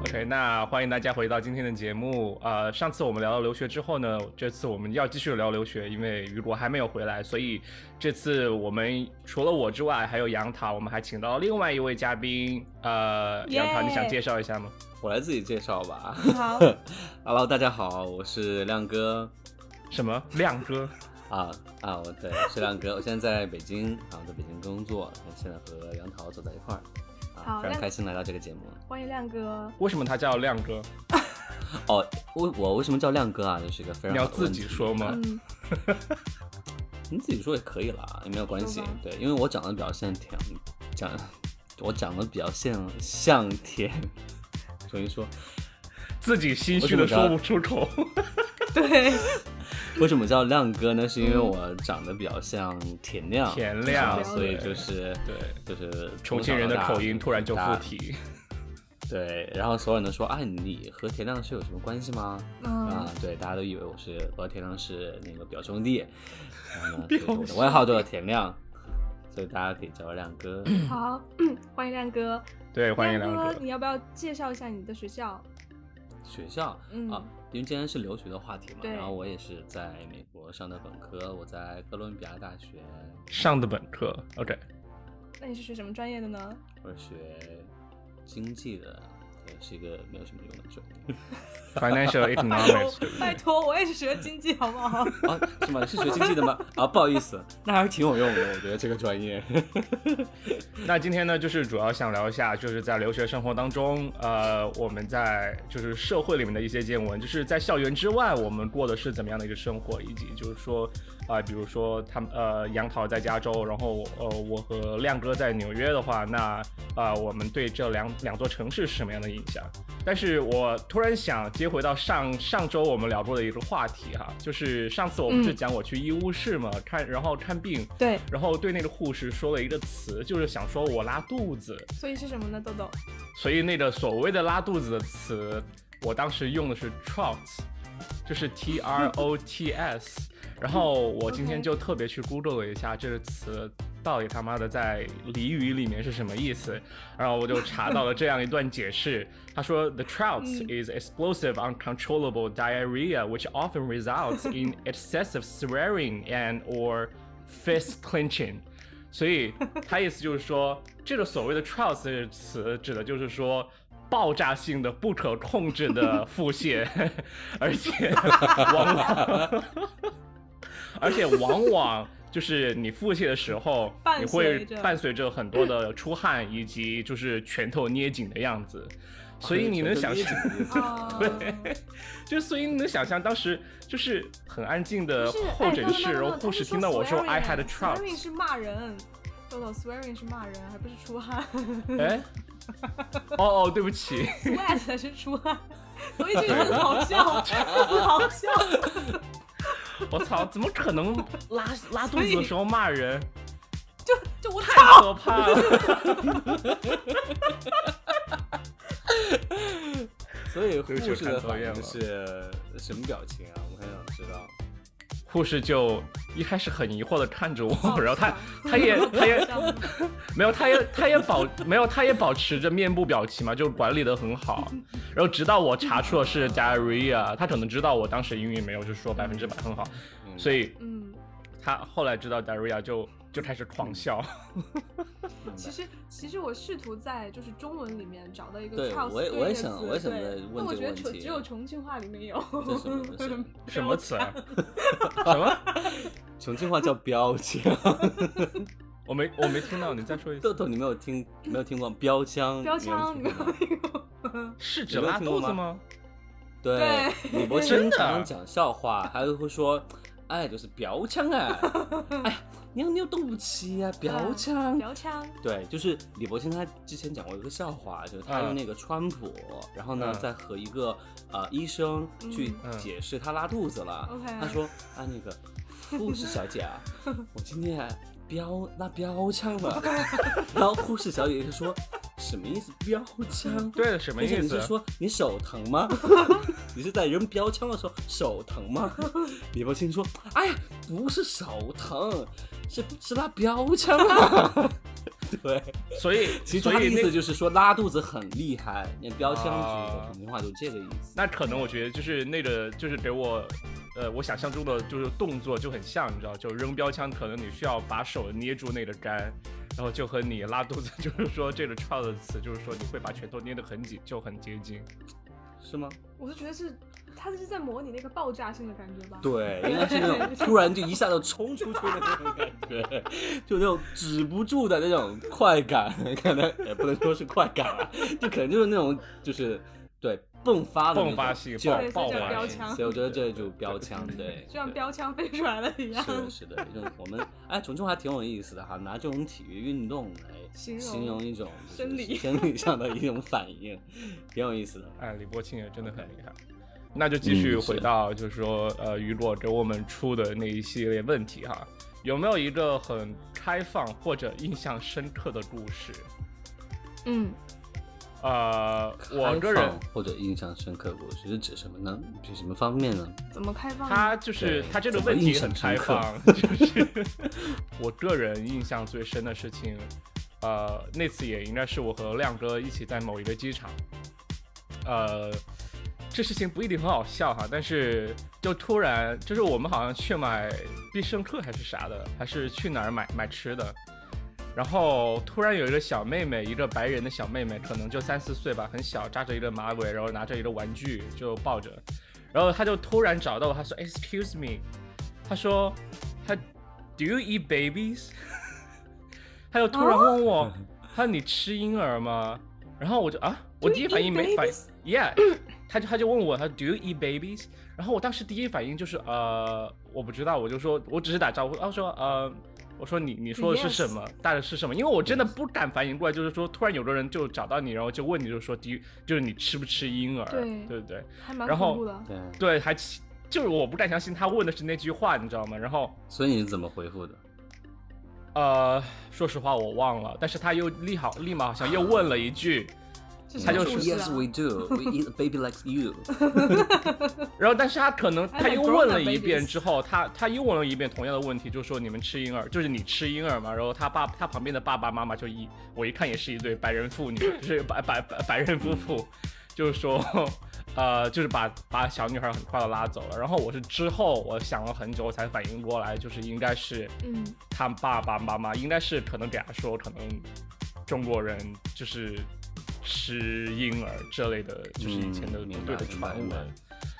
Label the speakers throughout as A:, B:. A: OK，那欢迎大家回到今天的节目。呃，上次我们聊了留学之后呢，这次我们要继续聊留学，因为雨果还没有回来，所以这次我们除了我之外，还有杨桃，我们还请到另外一位嘉宾。呃，杨桃，你想
B: Yeah
A: 介绍一下吗？
C: 我来自己介绍吧。
B: 好，
C: Hello，大家好，我是亮哥
A: 什么亮哥？
C: 啊啊，我对是亮哥，我现在在北京啊，我在北京工作，现在和杨桃走在一块儿啊，
B: 好
C: 非常
B: 那
C: 开心来到这个节目。
B: 欢迎亮哥。
A: 为什么他叫亮哥？
C: 哦，我我为什么叫亮哥啊？这是一个非常
A: 你要
C: 好的问
A: 自己
C: 题
A: 说吗
C: 啊
B: 嗯，
C: 你自己说也可以啦，也没有关系
B: 说吧。
C: 对，因为我长得比较像田，长我长得比较像像田。 重新说，
A: 自己心虚的说不出口。
B: 对，
C: 为什么叫亮哥呢？是因为我长得比较像田亮，
A: 田亮
C: 啊所以
A: 对
C: 就是
A: 对，
C: 就是从
A: 重庆人的
C: 小到大
A: 口音突然就附
C: 大
A: 体。
C: 对，然后所有人都说，哎，你和田亮是有什么关系吗？
B: 嗯
C: 啊，，对，大家都以为我是我和田亮是那个表兄 弟，嗯然后呢，
A: 表
C: 就是我的外号叫做田亮，所以大家可以叫我亮 哥。
B: 好，欢迎亮哥。
A: 对，欢迎亮
B: 亮
A: 哥。
B: 你要不要介绍一下你的学校？
C: 学校、
B: 嗯
C: 啊，因为今天是留学的话题嘛，
B: 对
C: 然后我也是在美国上的本科，我在哥伦比亚大学，
A: 上的本科，OK，
B: 那你是学什么专业的呢？
C: 我是学经济的，对，是一个没有什么用的专业。
A: financial
B: 拜
A: economics，
B: 托，拜托，我也是学经济，好不好？
C: 啊，是吗？是学经济的吗？啊，不好意思，那还是挺有用的，我觉得这个专业。
A: 那今天呢，就是主要想聊一下，就是在留学生活当中，呃，我们在就是社会里面的一些见闻，就是在校园之外，我们过的是怎么样的一个生活，以及就是说，啊、比如说他们呃杨桃在加州，然后呃我和亮哥在纽约的话，那啊、我们对这两两座城市是什么样的影响？但是我突然想接回到上上周我们聊过的一个话题哈，就是上次我不是
B: 嗯
A: 讲我去医务室嘛，看然后看病，
B: 对，
A: 然后 对那个护士说了一个词，就是想说我拉肚子，
B: 所以是什么呢？ 豆豆，
A: 所以那个所谓的拉肚子的词，我当时用的是 trot，就是 T R O T S。然后我今天
B: OK
A: 就特别去 Google 了一下这个词到底他妈的在俚语里面是什么意思，然后我就查到了这样一段解释，他说 The trout
B: 嗯
A: is explosive, uncontrollable diarrhea which often results in excessive swearing and or fist clenching。所以他意思就是说，这个所谓的 trout 这个词指的就是说。爆炸性的、不可控制的腹泻， 而且往往，而且往往就是你腹泻的时候，你
B: 伴随
A: 会
B: 着
A: 伴随着很多的出汗以及就是拳头捏紧的样子，所以你能想象，
B: 啊，
A: 就所以你能想象当时就是很安静的
B: 不是
A: 候诊室，
B: 哎等等等等
A: 然后护士听到我说
B: 他们
A: I
B: 说
A: had a
B: swearing，swearing
A: trout，
B: 是骂人，豆豆 swearing 是骂人，还不是 出汗
A: 哎，哦哦，对不起，
B: ，sweat 才是出 汗，所以这个很好笑，很好笑。
A: 我操，怎么可能拉拉肚子的时候骂人？
B: 就就我
A: 太
B: 操，
A: 可怕了！
C: 所以
A: 对不起
C: 护士
A: 我看
C: 的
A: 错
C: 反
A: 页
C: 应
A: 了
C: 是什么表情啊？我很想知道。
A: 护士就一开始很疑惑的看着
B: 哦
A: 我，然后他他也他 也没有，他也他也保没有，他也保持着面部表情嘛，就管理的很 好。然后直到我查出了是 diarrhea，他可能知道我当时英语没有，就说百分之百很好，
C: 嗯
A: 所以
B: 嗯，
A: 他后来知道 diarrhea 就就开始狂笑。
C: 明白
B: 其实其实我试图在就是中文里面找到一个
C: 对
B: trout
C: 我也
B: 对应
C: 我
B: 的
C: 也想
B: 词
C: 我也想
B: 对
C: 在问
B: 但我
C: 这个
B: 觉得
C: 问
B: 只
C: 题
B: 只有重庆话里面有
C: 这是我的事
A: 什么词啊？什么？
C: 重庆话叫标枪，
A: 我没我没听到，你再说一 次
C: 豆。豆你没有听没有听过标枪？
B: 标枪，
C: 你
B: 你
C: 没
B: 没
C: 有听
B: 有
C: 过吗
B: 听过？
A: 是指拉肚子吗？
C: 对，李伯
A: 真
C: 清
A: 的
C: 常常讲笑话，还会说，哎，就是标枪啊，哎呀，娘娘对不起啊，标枪。
B: 标枪，
C: 对，就是李伯清他之前讲过一个笑话，就是他
A: 嗯
C: 用那个川普，然后呢，
A: 嗯
C: 再和一个呃医生去
A: 嗯
C: 解释他拉肚子了。
B: OK
C: 他说啊，那个护士小姐啊，我今天啊标拉标枪了。然后护士小姐就说什么意思？标枪？
A: 对，什么
C: 而且
A: 意
C: 你是
A: 思？
C: 说你手疼吗？ 你是在扔标枪的时候手疼吗？ 李伯清说：“哎呀，不是手疼，是是拉标枪啊。” 对，
A: 所以
C: 其实
A: 所
C: 他的
A: 以
C: 意
A: 那
C: 思就是说拉肚子很厉害，那标枪
A: 啊
C: 组的普通话就这个意思。
A: 那可能我觉得就是那个就是给我，呃，我想象中的就是动作就很像，你知道，就扔标枪，可能你需要把手捏住那个杆，然后就和你拉肚子， 就是说这个 t r 的词，就是说你会把拳头捏得很紧，就很接近。
C: 是吗？
B: 我是觉得是，他这是在模拟那个爆炸性的感觉吧？
C: 对，应该是那种 突然就一下就冲出去的那种感觉，就那种止不住的那种快感，可能也不能说是快感啊，就可能就是那种就是对迸发的那种
A: 迸发性
C: 劲儿
B: 对
A: 爆
B: 所以叫
A: 发
B: 标
A: 性
B: 枪
C: 所以我觉得这就标枪，对，
B: 就像
C: 对
B: 标枪飞出来了一样。
C: 是的，是的，一种我们哎，从中还挺有意思的哈，拿这种体育运动来
B: 形容
C: 形容一种就是
B: 生理
C: 生理上的一种反应，挺有意思的。
A: 哎，李伯清也真的很厉害。那就
C: 嗯
A: 继续回到，就是说，呃，雨果给我们出的那一系列问题哈，有没有一个很开放或者印象深刻的故事？
B: 嗯，
A: 呃，我个
C: 开
A: 人
C: 放或者印象深刻故事是指什么呢？指什么方面呢？
B: 怎么开放呢？
A: 他就是
C: 对
A: 他这个
C: 怎么
A: 问题
C: 印象
A: 很
C: 深
A: 开
C: 刻
A: 放，就是我个人印象最深的事情，呃，那次也应该是我和亮哥一起在某一个机场，呃，这事情不一定很好笑哈，但是就突然就是我们好像去买必胜客还是啥的，还是去哪儿买买吃的。然后突然有一个小妹妹，一个白人的小妹妹，可能就三四岁吧，很小，扎着一个马尾，然后拿着一个玩具就抱着，然后她就突然找到我，她说：“Excuse me。”她说：“她 Do you eat babies？” 她就突然问我：“
B: 哦
A: 她说你吃婴儿吗？”然后我就啊，我
B: Do
A: 第
B: you
A: 一反应
B: eat
A: 没反
B: babies？
A: ，Yeah，她就她就问我，她说 Do you eat babies？然后我当时第一反应就是呃，我不知道，我就说我只是打招呼，她说呃。我说你你说的是
B: Yes
A: 什么？大概是什么？因为我真的不敢反应过来，就是说突然有个人就找到你，然后就问你，就说第一就是你吃不吃婴儿，
B: 对
A: 对不对？
B: 还蛮
A: 然后
B: 恐怖的。
C: 对，
A: 对，还起就是我不敢相信他问的是那句话，你知道吗？然后
C: 所以你是怎么回复的？
A: 呃，说实话我忘了，但是他又立好立马好像又问了一句，
B: 这是
A: 他就
B: 什么
A: 是
B: 故事啊
C: Yes, we do. We eat a baby like you.
A: 然后但是他可能
B: I like
A: 他又问了
B: grown-up
A: 一遍
B: babies
A: 之后，他他又问了一遍同样的问题，就说你们吃婴儿，就是你吃婴儿吗？然后他爸他旁边的爸爸妈妈就一我一看也是一对白人妇女，就是白白白白人夫妇，就是说。呃，就是把把小女孩很快的拉走了，然后我是之后我想了很久，我才反应过来，就是应该是
B: 嗯，
A: 他爸爸妈妈应该是可能给他说，可能中国人就是吃婴儿这类的，就是以前的
C: 嗯
A: 不
C: 明白
A: 对的
C: 明
A: 传
C: 白明白
A: 闻。
C: 明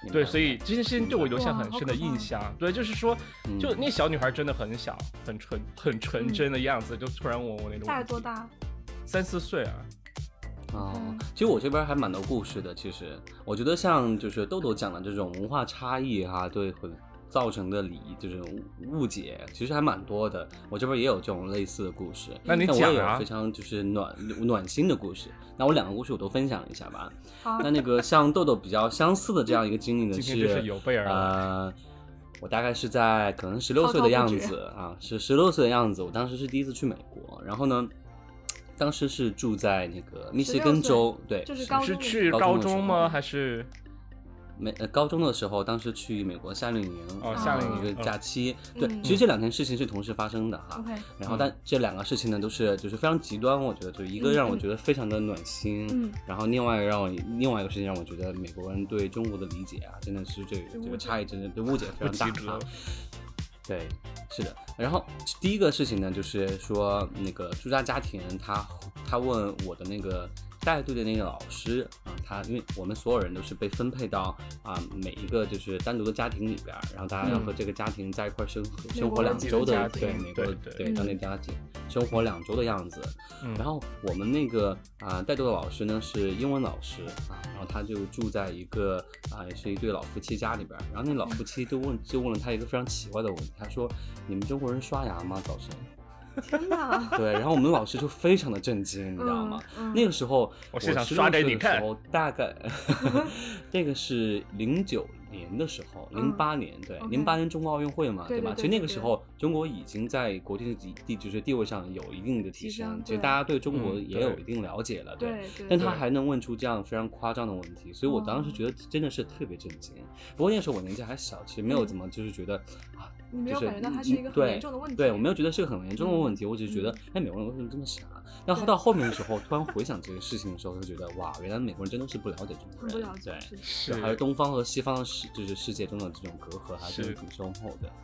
C: 白
A: 对，
C: 了
A: 所以这件事情对我留下
B: 哇
A: 很深的
B: 好可怕
A: 印象。对，就是说，就
C: 嗯
A: 那小女孩真的很小，很纯，很纯真的样子，就突然问我那种
B: 大概多？大？
A: 三四岁啊。
C: 哦
B: 嗯，
C: 其实我这边还蛮多故事的。其实我觉得像就是豆豆讲的这种文化差异哈、对会造成的礼仪这种误解，其实还蛮多的。我这边也有这种类似的故事。
A: 那你
C: 但我
A: 讲
C: 也有
A: 啊
C: 非，常就是暖暖心的故事。那我两个故事我都分享一下吧。
B: 好，
C: 那那个像豆豆比较相似的这样一个经历呢，
A: 今天真是有备而来。
C: 呃，我大概是在可能十六岁的样子啊，是十六岁的样子。我当时是第一次去美国，然后呢，当时是住在那个密歇根州，对，
B: 就是高
A: 是
B: 中
A: 去
C: 高
A: 高
C: 中的时
A: 中
C: 候
A: 吗？还是
C: 美呃高中的时候，当时去美国夏令营，
A: 哦
B: 夏令
C: 呃
A: 营
C: 一个假期。
B: 嗯
C: 对，
B: 嗯
C: 其实这两件事情是同时发生的哈。
B: OK，
C: 然后，
A: 嗯
C: 但这两个事情呢，都是就是非常极端，我觉得就是一个
B: 嗯
C: 让我
B: 嗯
C: 觉得非常的暖心，
B: 嗯
C: 然后另外让我另外一个事情让我觉得美国人对中国的理解啊，真的是这
B: 对
C: 个这
B: 误
C: 个
B: 解
C: 差异真的对误解
A: 不
C: 非
A: 及
C: 常
A: 格
C: 大啊。？对，是的。然后第一个事情呢，就是说那个朱家家庭他他问我的那个带队的那个老师啊，他因为我们所有人都是被分配到啊每一个就是单独的家庭里边儿，然后大家要和
A: 嗯
C: 这个家庭在一块儿生活、
B: 美
C: 生
B: 国
C: 活两
B: 当地的
C: 周
A: 家
C: 的
A: 庭
C: 美国
A: 对对
C: 对当地家庭生活两周的样子。
A: 嗯
C: 然后我们那个啊、带队的老师呢是英文老师啊，然后他就住在一个啊、也是一对老夫妻家里边儿，然后那老夫妻就问就问了他一个非常奇怪的问题，他说你们中国人刷牙吗早晨？
B: 天哪！
C: 对，然后我们老师就非常的震 惊，你知道吗？
B: 嗯？嗯
C: 那个时候
A: 我是想
C: 16
A: 刷给
C: 岁
A: 你
C: 的
A: 看
C: 时候大 概 那个是零九年的时候，零八年对，
B: 嗯 OK
C: 零八年中国奥运会嘛，
B: 对
C: 吧？
B: 对对
C: 其实那个
B: 对
C: 时候中国已经在国际地地就是地位上有一定的提
B: 提升
C: 升，其实
B: 对嗯
C: 大家对中国
A: 嗯
C: 也有
A: 对
C: 一定了解了，对。
B: 对对，
C: 但他
A: 对
C: 还能问出这样非常夸张的问题，所以我当时
B: 哦
C: 觉得真的是特别震惊。不过那时候我年纪还小，其实没有怎么就是觉得啊，
B: 你没
C: 就
B: 有
C: 是
B: 感觉到它
C: 嗯
B: 是一个很
C: 对
B: 严重的问题。
C: 对我没有觉得是个很严重的问题，我只是觉得
B: 嗯
C: 哎，美国人为什么这么傻？嘛。然后到后面的时候，突然回想这个事情的时候，就觉得哇，原来美国人真的是不了解中
B: 很
C: 国人，
B: 不了解
C: 对，，
B: 是的
A: 是
C: 还有东方和西方的世就是世界中的这种隔阂还是
A: 是
C: 挺深厚的。啊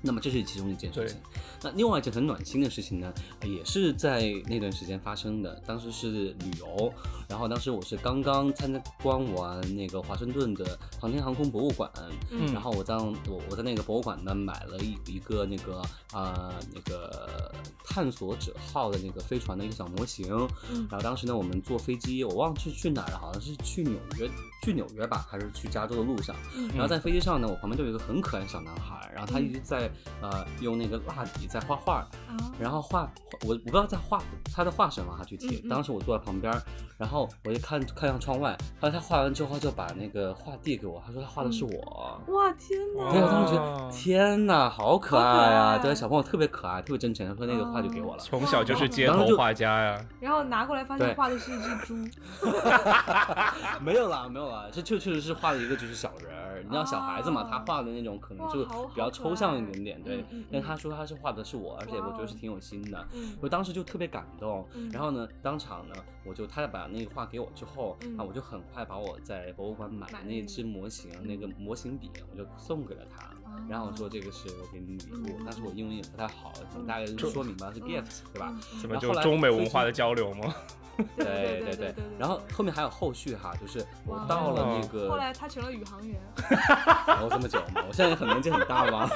C: 那么这是其中一件事
A: 对
C: 情。那另外一件很暖心的事情呢，呃也是在那段时间发生的。当时是旅游，然后当时我是刚刚参观完那个华盛顿的航天航空博物馆，
A: 嗯
C: 然后我在我我在那个博物馆呢买了一一个那个啊、呃那个探索者号的那个飞船的一个小模型，
B: 嗯
C: 然后当时呢我们坐飞机，我忘记去哪儿了，好像是去纽约，去纽约吧，还是去加州的路上，
B: 嗯
C: 然后在飞机上呢，我旁边就有一个很可爱的小男孩，然后他一直在呃用那个蜡笔在画画，
B: 啊，
C: 然后画我我不知道在画他在画什么哈、啊具体。
B: 嗯嗯
C: 当时我坐在旁边儿，然后我就看看向窗外，然后他画完之后他就把那个画递给我，他说他画的
B: 嗯
C: 是我。
B: 哇天哪！
C: 对，我啊当时觉
A: 哦
C: 得天哪，好可爱哦啊！
B: 好可爱
C: 对，小朋友特别可爱，特别真诚，他说那个画就给我了。
A: 从小就是街
C: 然后
A: 头
C: 就
A: 画家呀，
B: 然后拿过来发现
C: 对
B: 画的是一只 猪，
C: 没有啦，没有啦，这确确实是画了一个就是小人儿，你知道小孩子嘛，
B: 哦
C: 他画的那种可能
B: 哇
C: 就
B: 好
C: 比较
B: 好
C: 抽
B: 可
C: 象
B: 爱
C: 一点点，对
B: 嗯嗯。
C: 但
B: 嗯
C: 他说他是画的是我，而且我觉
B: 哇
C: 得
B: 哦
C: 是挺有心的。
B: 嗯
C: 我当时就特别感动，
B: 嗯
C: 然后呢，当场呢，我就他把那个画给我之后、
B: 嗯
C: 啊，我就很快把我在博物馆买的
B: 买的
C: 那
B: 那
C: 只
B: 个嗯哦
C: 模型那个模型笔，我就送给了他。然后我说这个是我给你的礼物，
B: 嗯
C: 但是我英文也不太好，
B: 嗯
C: 大概就说明白是
B: 嗯
C: gift，、对吧？？
B: 嗯
A: 怎么
C: 然后
A: 就
C: 后来
A: 中美文
C: 飞
A: 化
C: 机
A: 的交流吗？
B: 对
C: 对
B: 对
C: 对
B: 对。
C: 然后
B: 对
C: 后面还有后续哈，就是我
B: 哇哦
C: 到了那个
B: 后来他成了宇航 员，
C: 然后这么久嘛，我现在很年纪很大了吧？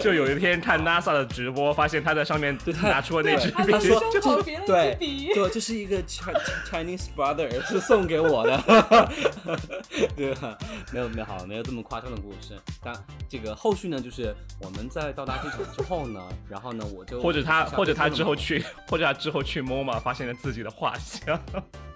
A: 就有一天看 NASA 的直播，发现他在上面拿出了那支
B: 他
A: 笔
B: 就，收好别人的
C: 对
B: 支笔，
C: 对，这是一个 Chi- Chi- Chinese brother 是送给我的， 对吧？没有没有好没有这么夸张的故事。但这个后续呢，就是我们在到达机场之后呢，然后呢我就
A: 或者他
C: 下飞
A: 或者
C: 机
A: 他
C: 了
A: 之
C: 嘛
A: 后去，或者他之后去 MoMA 发现了自己的画像，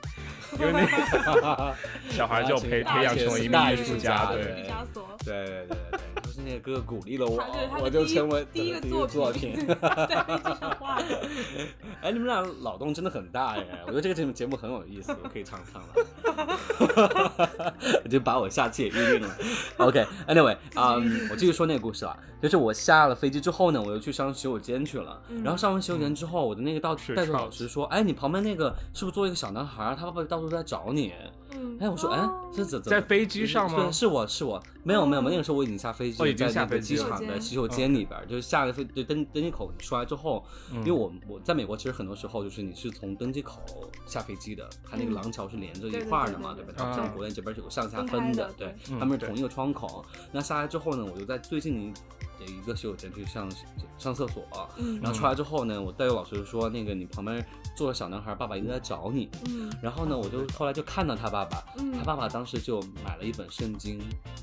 A: 因为那个小孩就培
C: 大
A: 培养
C: 学
A: 成了
C: 是
A: 一
C: 大
A: 名艺
C: 学
A: 术
C: 是
A: 家，
C: 大
A: 对
C: 学。
B: 毕加索。
C: 对对对对，就是那个哥哥鼓励了我
B: 他就是他，的
C: 我就
B: 第一
C: 成为
B: 第一个
C: 作
B: 作
C: 品。
B: 在飞机上画 的，
C: 哎，你们俩脑洞真的很大耶！我觉得这个节目节目很有意思，我可以常常了。我 就把我下期也预定了。OK，Anyway，、啊，我继续说那个故事了。就是我下了飞机之后呢，我又去上洗手间去了。
B: 嗯
C: 然后上完洗手间之后，我的那个道
A: 是
C: 带队
A: 唱
C: 老师说：“哎，你旁边那个是不是坐一个小男孩儿？他爸爸到处在找你。”
B: 嗯，
C: 哎，我说：“哎，
B: 哦
C: 是怎怎
A: 在
C: 么
A: 飞机上
C: 对，
A: 吗？
C: 是我是我，没有没有，那个时候我已经下飞机，
A: 哦
C: 了，
A: 已经
C: 在
A: 下
C: 那个
A: 飞机
C: 机
A: 了嗯
C: 场的
B: 洗
C: 洗手间里边儿，就是下了飞就登登机口出来之后，
A: 嗯
C: 因为我我在美国其实很多时候就是你是从登机口下飞机的，它那个
B: 嗯
C: 廊桥是连着一
B: 对对
C: 块儿
B: 对
C: 的
B: 对
C: 嘛，
B: 对
C: 吧？
A: 对
C: 它不像
A: 嗯
C: 国内这边是有上下
B: 分
C: 分
B: 开
C: 的
B: 的，
C: 对，
A: 嗯
C: 他们是
A: 对
C: 同一个窗口。那下来之后呢，我就在最近的一个洗手间去上上厕所，
B: 嗯
C: 然后出来之后呢，我代友老师说那个你旁边坐着小男孩，爸爸一直在找你，
B: 嗯
C: 然后呢，我就后来就看到他爸爸，
B: 嗯
C: 他爸爸当时就买了一本圣经，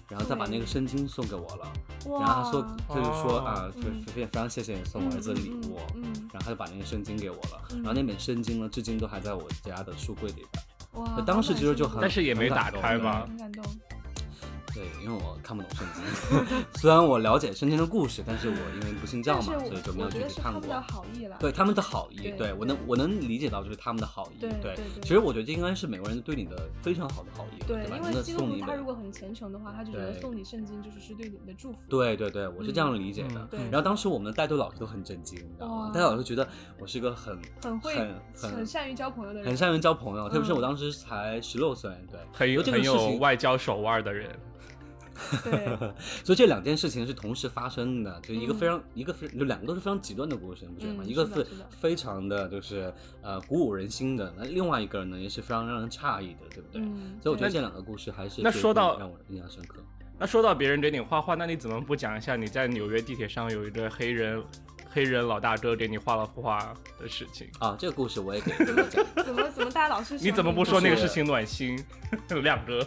C: 然后再把那个圣经送给我了，
B: 哇，
C: 然后他说，他就说
A: 哦
C: 啊，非
B: 嗯
C: 非非常谢谢你送我儿子的礼物，
B: 嗯，嗯
C: 然后他就把那个圣经给我了，
B: 嗯
C: 然后那本圣经呢，至今都还在我家的书柜里边，
B: 嗯哇，
C: 当时其实就很
A: 但是也没打开吧？
B: 很感动，
C: 对，因为我看不懂圣经， 虽然我了解圣经的故事，但是我因为不信教
B: 但
C: 嘛
B: 是，
C: 所以就没
B: 我
C: 有
B: 觉
C: 具
B: 得
C: 体
B: 是他
C: 看
B: 们
C: 过
B: 的。好意了，
C: 对他们的好意，
B: 对
C: 对
B: 对
C: 我能我能理解到就是他们的好意，
B: 对对对
C: 其实我觉得这应该是美国人对你的非常好的好意，
B: 对，
C: 吧？
B: 因
C: 真的
B: 为基督
C: 送
B: 徒
C: 你一
B: 他
C: 本
B: 如果很虔诚的话，他就觉得
C: 对
B: 送你圣经就是是对你的祝福，
C: 对对对，我是这样理解的
A: 嗯。
B: 对，
C: 然后当时我们的带队老师都很震惊，你知道吗
B: 哇？
C: 带队老师觉得我是一个很
B: 很会
C: 很
B: 很善于交朋友的人，
C: 很善于交朋友，特别是我
B: 嗯
C: 当时才十六岁，对，
A: 很
C: 有
A: 有
C: 这个
A: 很
C: 事
A: 有
C: 情，
A: 外交手腕的人，
B: 对，
C: 所以这两件事情是同时发生的，就一个
B: 嗯
C: 非常一个非就两个都是非常极端的故事，你不觉得吗？
B: 嗯
C: 一个
B: 是的
C: 非
B: 是的
C: 非常的就是呃鼓舞人心的，那另外一个呢也是非常让人诧异的，对不对？
B: 嗯，
C: 所以我觉得
B: 对
C: 这两个故事还是
A: 那
C: 最
A: 说到
C: 让我印象深刻。
A: 那说到别人给你画画，那你怎么不讲一下你在纽约地铁上有一个黑人黑人老大哥给你画了画的事情？
C: 啊，这个故事我也给大家讲。
B: 怎么怎么大家老是喜
A: 你
B: 欢
A: 怎么
B: 这
A: 不说那个
B: 故
A: 事
B: 事
A: 情暖心？亮哥，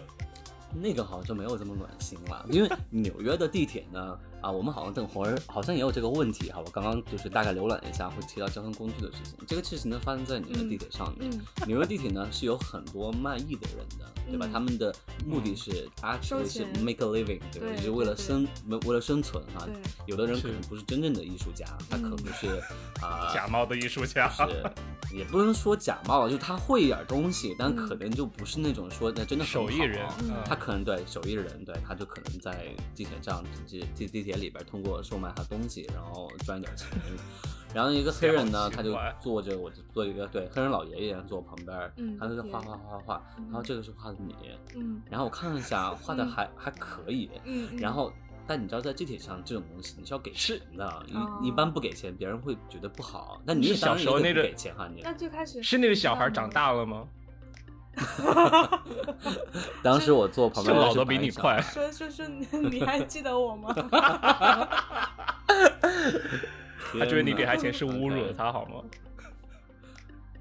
C: 那个好像就没有这么暖心了，因为纽约的地铁呢，啊，我们好像等会儿好像也有这个问题哈。我刚刚就是大概浏览了一下，会提到交通工具的事情。这个事情呢发生在纽约地铁上面。
B: 嗯
C: 纽约地铁呢是有很多卖艺的人的，对吧？
B: 嗯
C: 他们的目的是 actually
B: 收
C: 是
B: 钱
C: make a living，对吧？
B: 对
C: 就是为了
B: 对对
C: 生为了生存哈。
B: 对
C: 有的人
A: 是
C: 可能不是真正的艺术家，他可能
B: 嗯
C: 是啊、
A: 假冒的艺术家，
C: 是也不能说假冒了，就他会一点东西，
B: 嗯
C: 但可能就不是那种说那真的很
A: 手艺
C: 好啊
A: 人，嗯
C: 他可能对手艺人，对他就可能在地铁站、地地地铁里边通过售卖他东西，然后赚一点钱。然后一个黑人 呢，
A: 这
C: 他
A: 好奇
C: 就
A: 怪
C: 坐着，我就坐一个对黑人老爷爷坐我旁边，
B: 嗯
C: 他就是画
B: 对
C: 画画画画， 然后这个是画的你，
B: 嗯
C: 然后我看了一下，画的还、还可以，
B: 嗯，
C: 然后，但你知道，在地铁上这种东西，你是要给钱的，
B: 哦
C: 一一般不给钱，别人会觉得不好。但你也
A: 是小
C: 当然
A: 时候
C: 也
A: 那
C: 得
A: 个
C: 不给钱 哈，你
B: 那最开始
A: 是那个小孩长大了吗？
C: 当时我坐旁
A: 是
C: 边的
A: 老的
C: 是
A: 比
C: 白
A: 你
C: 小
A: 快，
B: 说说说，你还记得我吗？
A: 他觉得你给他钱是
C: 天哪
A: 侮辱了
C: 对
A: 他好吗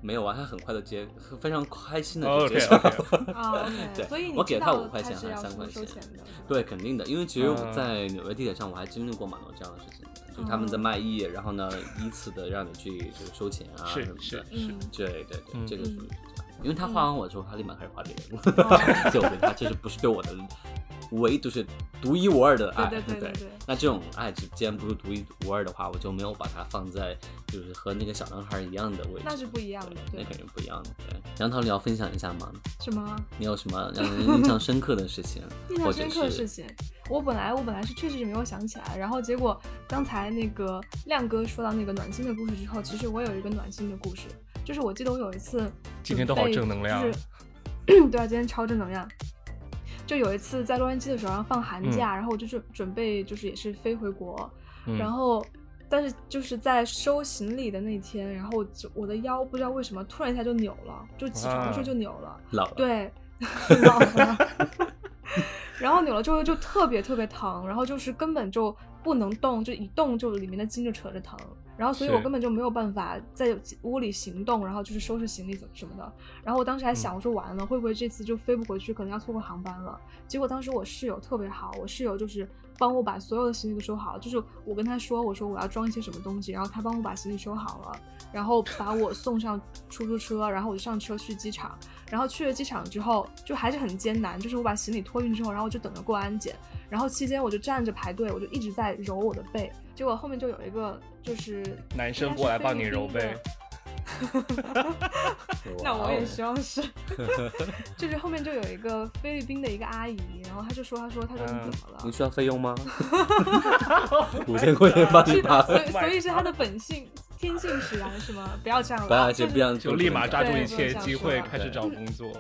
C: 没有啊，他很快的接，非常开心的就
A: ？OK
C: 接受。
A: OK，
B: 啊，OK，
C: 对
B: 所以你
C: 我给
B: 知
C: 他
B: 道
C: 五块
B: 他
C: 钱
B: 是
C: 还
B: 要
C: 是三块
B: 收
C: 钱
B: 钱的，是吧
C: 对，肯定的，因为其实我
A: 嗯
C: 在纽约地铁上，我还经历过蛮多这样的事情的，就他们在卖艺，然后呢依次的让你去就是收钱啊
A: 是
C: 什么
A: 是
C: 的。
A: 是，
B: 嗯，
C: 对对对，
A: 嗯
C: 这个属于是这样。因为他
B: 嗯
C: 画完我之后，他立马开始画别人，
B: 哦
C: 所以我对他这是不是对我的唯独是独一无二的爱？
B: 对对对对对
C: 那这种爱之既然不是独一无二的话，我就没有把它放在就是和那个小男孩一样的位置。
B: 那是不一样的
C: 对，
B: 对
C: 那肯定不一样的。对，杨桃，你要分享一下吗？
B: 什么？，
C: 你有什么让人印象深刻的事情
B: 印
C: 或
B: 象
C: 者
B: 深刻的事
C: 是
B: 情，我本来我本来是确实是没有想起来，然后结果刚才那个亮哥说到那个暖心的故事之后，其实我有一个暖心的故事，就是我记得我有一次
A: 今天都好正能量
B: 准备就是对啊，今天超正能量。就有一次在洛杉矶的时候，然后放寒假，
C: 嗯
B: 然后我就准准备就是也是飞回国，
A: 嗯
B: 然后但是就是在收行李的那天，然后就我的腰不知道为什么突然一下就扭了，就起床的时候就扭了，
C: 老了
B: 对， 老了。 然后扭了之后就特别特别疼，然后就是根本就不能动，就一动就里面的筋就扯着疼，然后所以我
A: 是
B: 根本就没有办法在屋里行动，然后就是收拾行李怎么什么的。然后我当时还想，我说完了，会不会这次就飞不回去，可能要错过航班了。结果当时我室友特别好，我室友就是帮我把所有的行李都收好，就是我跟他说，我说我要装一些什么东西，然后他帮我把行李收好了，然后把我送上出租车，然后我就上车去机场。然后去了机场之后，就还是很艰难，就是我把行李托运之后，然后我就等着过安检，然后期间我就站着排队，我就一直在揉我的背，结果后面就有一个就是
A: 男生过来帮你揉背，
B: 那我也
C: 哇哦
B: 希望是， 就是后面就有一个菲律宾的一个阿姨，然后她就说，她说她说
A: 嗯
B: 你怎么了？
C: 你需要 费用吗？ 五千块钱帮你
B: 是
C: 把
B: 的，，所以所以是她的本性天性使然是吗？不要这样了，
C: 不要
B: 就
C: 这
B: 是
C: 不 让
A: 就立马抓住一切
B: 对不能这样说
A: 机会开始找工作。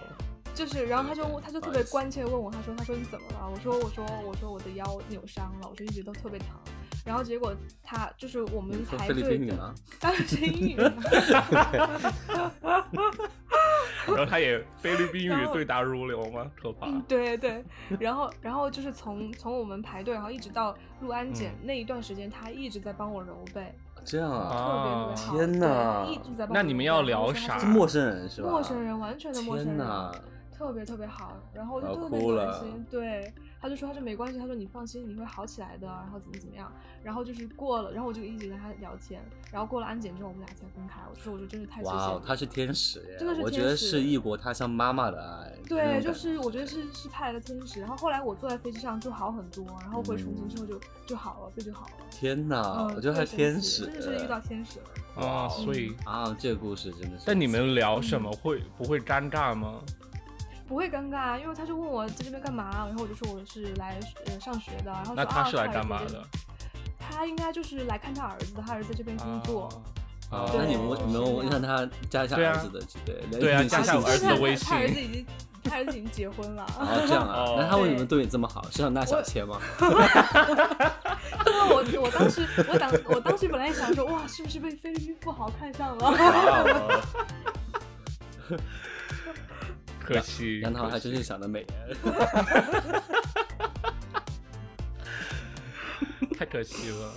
B: 就是，然后他就
C: 对对
B: 他就特
C: 不好
B: 别
C: 意思
B: 关切地问我，他说他说你怎么了？我说我说我说我的腰扭伤了，我说一直都特别疼。然后结果他就是我们
C: 你们说
B: 排
C: 菲律
B: 队
C: 宾语
B: 的，
C: 吗？
B: 当然是英语了，
A: 然后他也菲律宾语对答如流吗？可怕。 啊
B: 对对。然后然后就是从从我们排队，然后一直到入安检、
C: 嗯
B: 那一段时间，他一直在帮我揉背，
C: 这样啊，
B: 特别特
A: 啊
B: 别好。
C: 天
B: 哪
C: 哪！
B: 一直在帮我揉背。
A: 那你们要
B: 然后
A: 聊
B: 说他
A: 啥
B: 是
C: 是陌生人是吧？
B: 啊陌生人，完全的陌生
C: 天
B: 人。
C: 哪！
B: 特别特别好，然后我就
C: 我要
B: 特别
C: 哭
B: 暖
C: 了
B: 心。对，他就说他说没关系，他说你放心，你会好起来的，然后怎么怎么样，然后就是过了，然后我就一直跟他聊天，然后过了安检之后，我们俩才分开。我说我说真是太谢谢
C: 哇哦
B: 你，
C: 他
B: 了
C: 是天使耶，
B: 真的是
C: 我觉
B: 天
C: 得
B: 使
C: 是异国他像妈妈的爱。那
B: 对，
C: 种
B: 就
C: 感
B: 是我觉得是是派了个天使。然后后来我坐在飞机上就好很多，然后回重庆之后就、就好了，背就好了。
C: 天哪，
B: 嗯，
C: 啊我觉得
B: 特别
C: 他是
B: 神奇
C: 天使，
B: 真的是遇到天使了。
A: 啊，所以，
C: 啊！这个故事真的是。
A: 但你们聊什么会不会尴尬吗？
B: 不会尴尬，啊因为他就问我在这边干嘛，然后我就说我是来呃上学的，然后说
A: 那他
B: 啊
A: 是来
B: 看我
A: 干
B: 儿
A: 嘛
B: 子在
A: 的？
B: 他应该就是来看他儿子的，他儿子在这边工作。
C: 啊
A: 啊，
C: 那你
B: 对
C: 们为什么没有让他加一下
A: 对啊
C: 儿子的？对
A: 对啊加一下
B: 他
A: 我儿子的微
B: 他他儿
A: 信
B: 子已经，他儿子已经结婚了。
C: 然后这样啊
A: 哦，
C: 那他为什么
B: 对
C: 对你这么好？是想纳小
B: 我
C: 妾 吗？
B: 因为我我当时我当我当时本来想说，哇，是不是被菲律宾富豪看 上了？
A: 哦可惜，
C: 杨桃还真
A: 可
C: 是
A: 惜
C: 想得美耶。
A: 太可惜了。
C: 啊，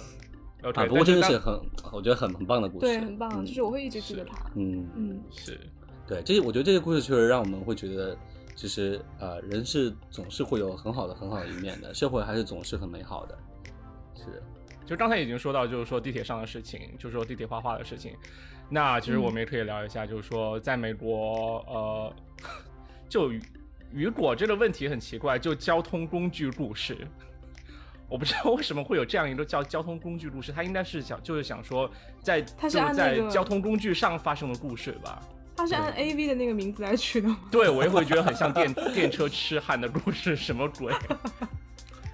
A: OK，
C: 不过真的
A: 但
C: 是
A: 是
C: 很，我觉得很很棒的故事，
B: 对，很棒，
C: 嗯
B: 就是我会一直记得他。
C: 嗯
B: 嗯，
A: 当是
C: 对，这我觉得这个故事确实让我们会觉得，就是呃，人是总是会有很好的很好的一面的，社会还是总是很美好的。是，
A: 就刚才已经说到，就是说地铁上的事情，就是说地铁画画的事情。那其实我们也可以聊一下，就是说在美国，呃，就雨雨果这个问题很奇怪，就交通工具故事。我不知道为什么会有这样一个叫交通工具故事，他应该是想就是想说在
B: 它
A: 就是
B: 按那
A: 在
B: 个
A: 交通工具上发生的故事吧。
B: 它是按 A V 的那个名字来取的吗？
A: 对，我一会儿觉得很像 电电车痴汉的故事，什么鬼？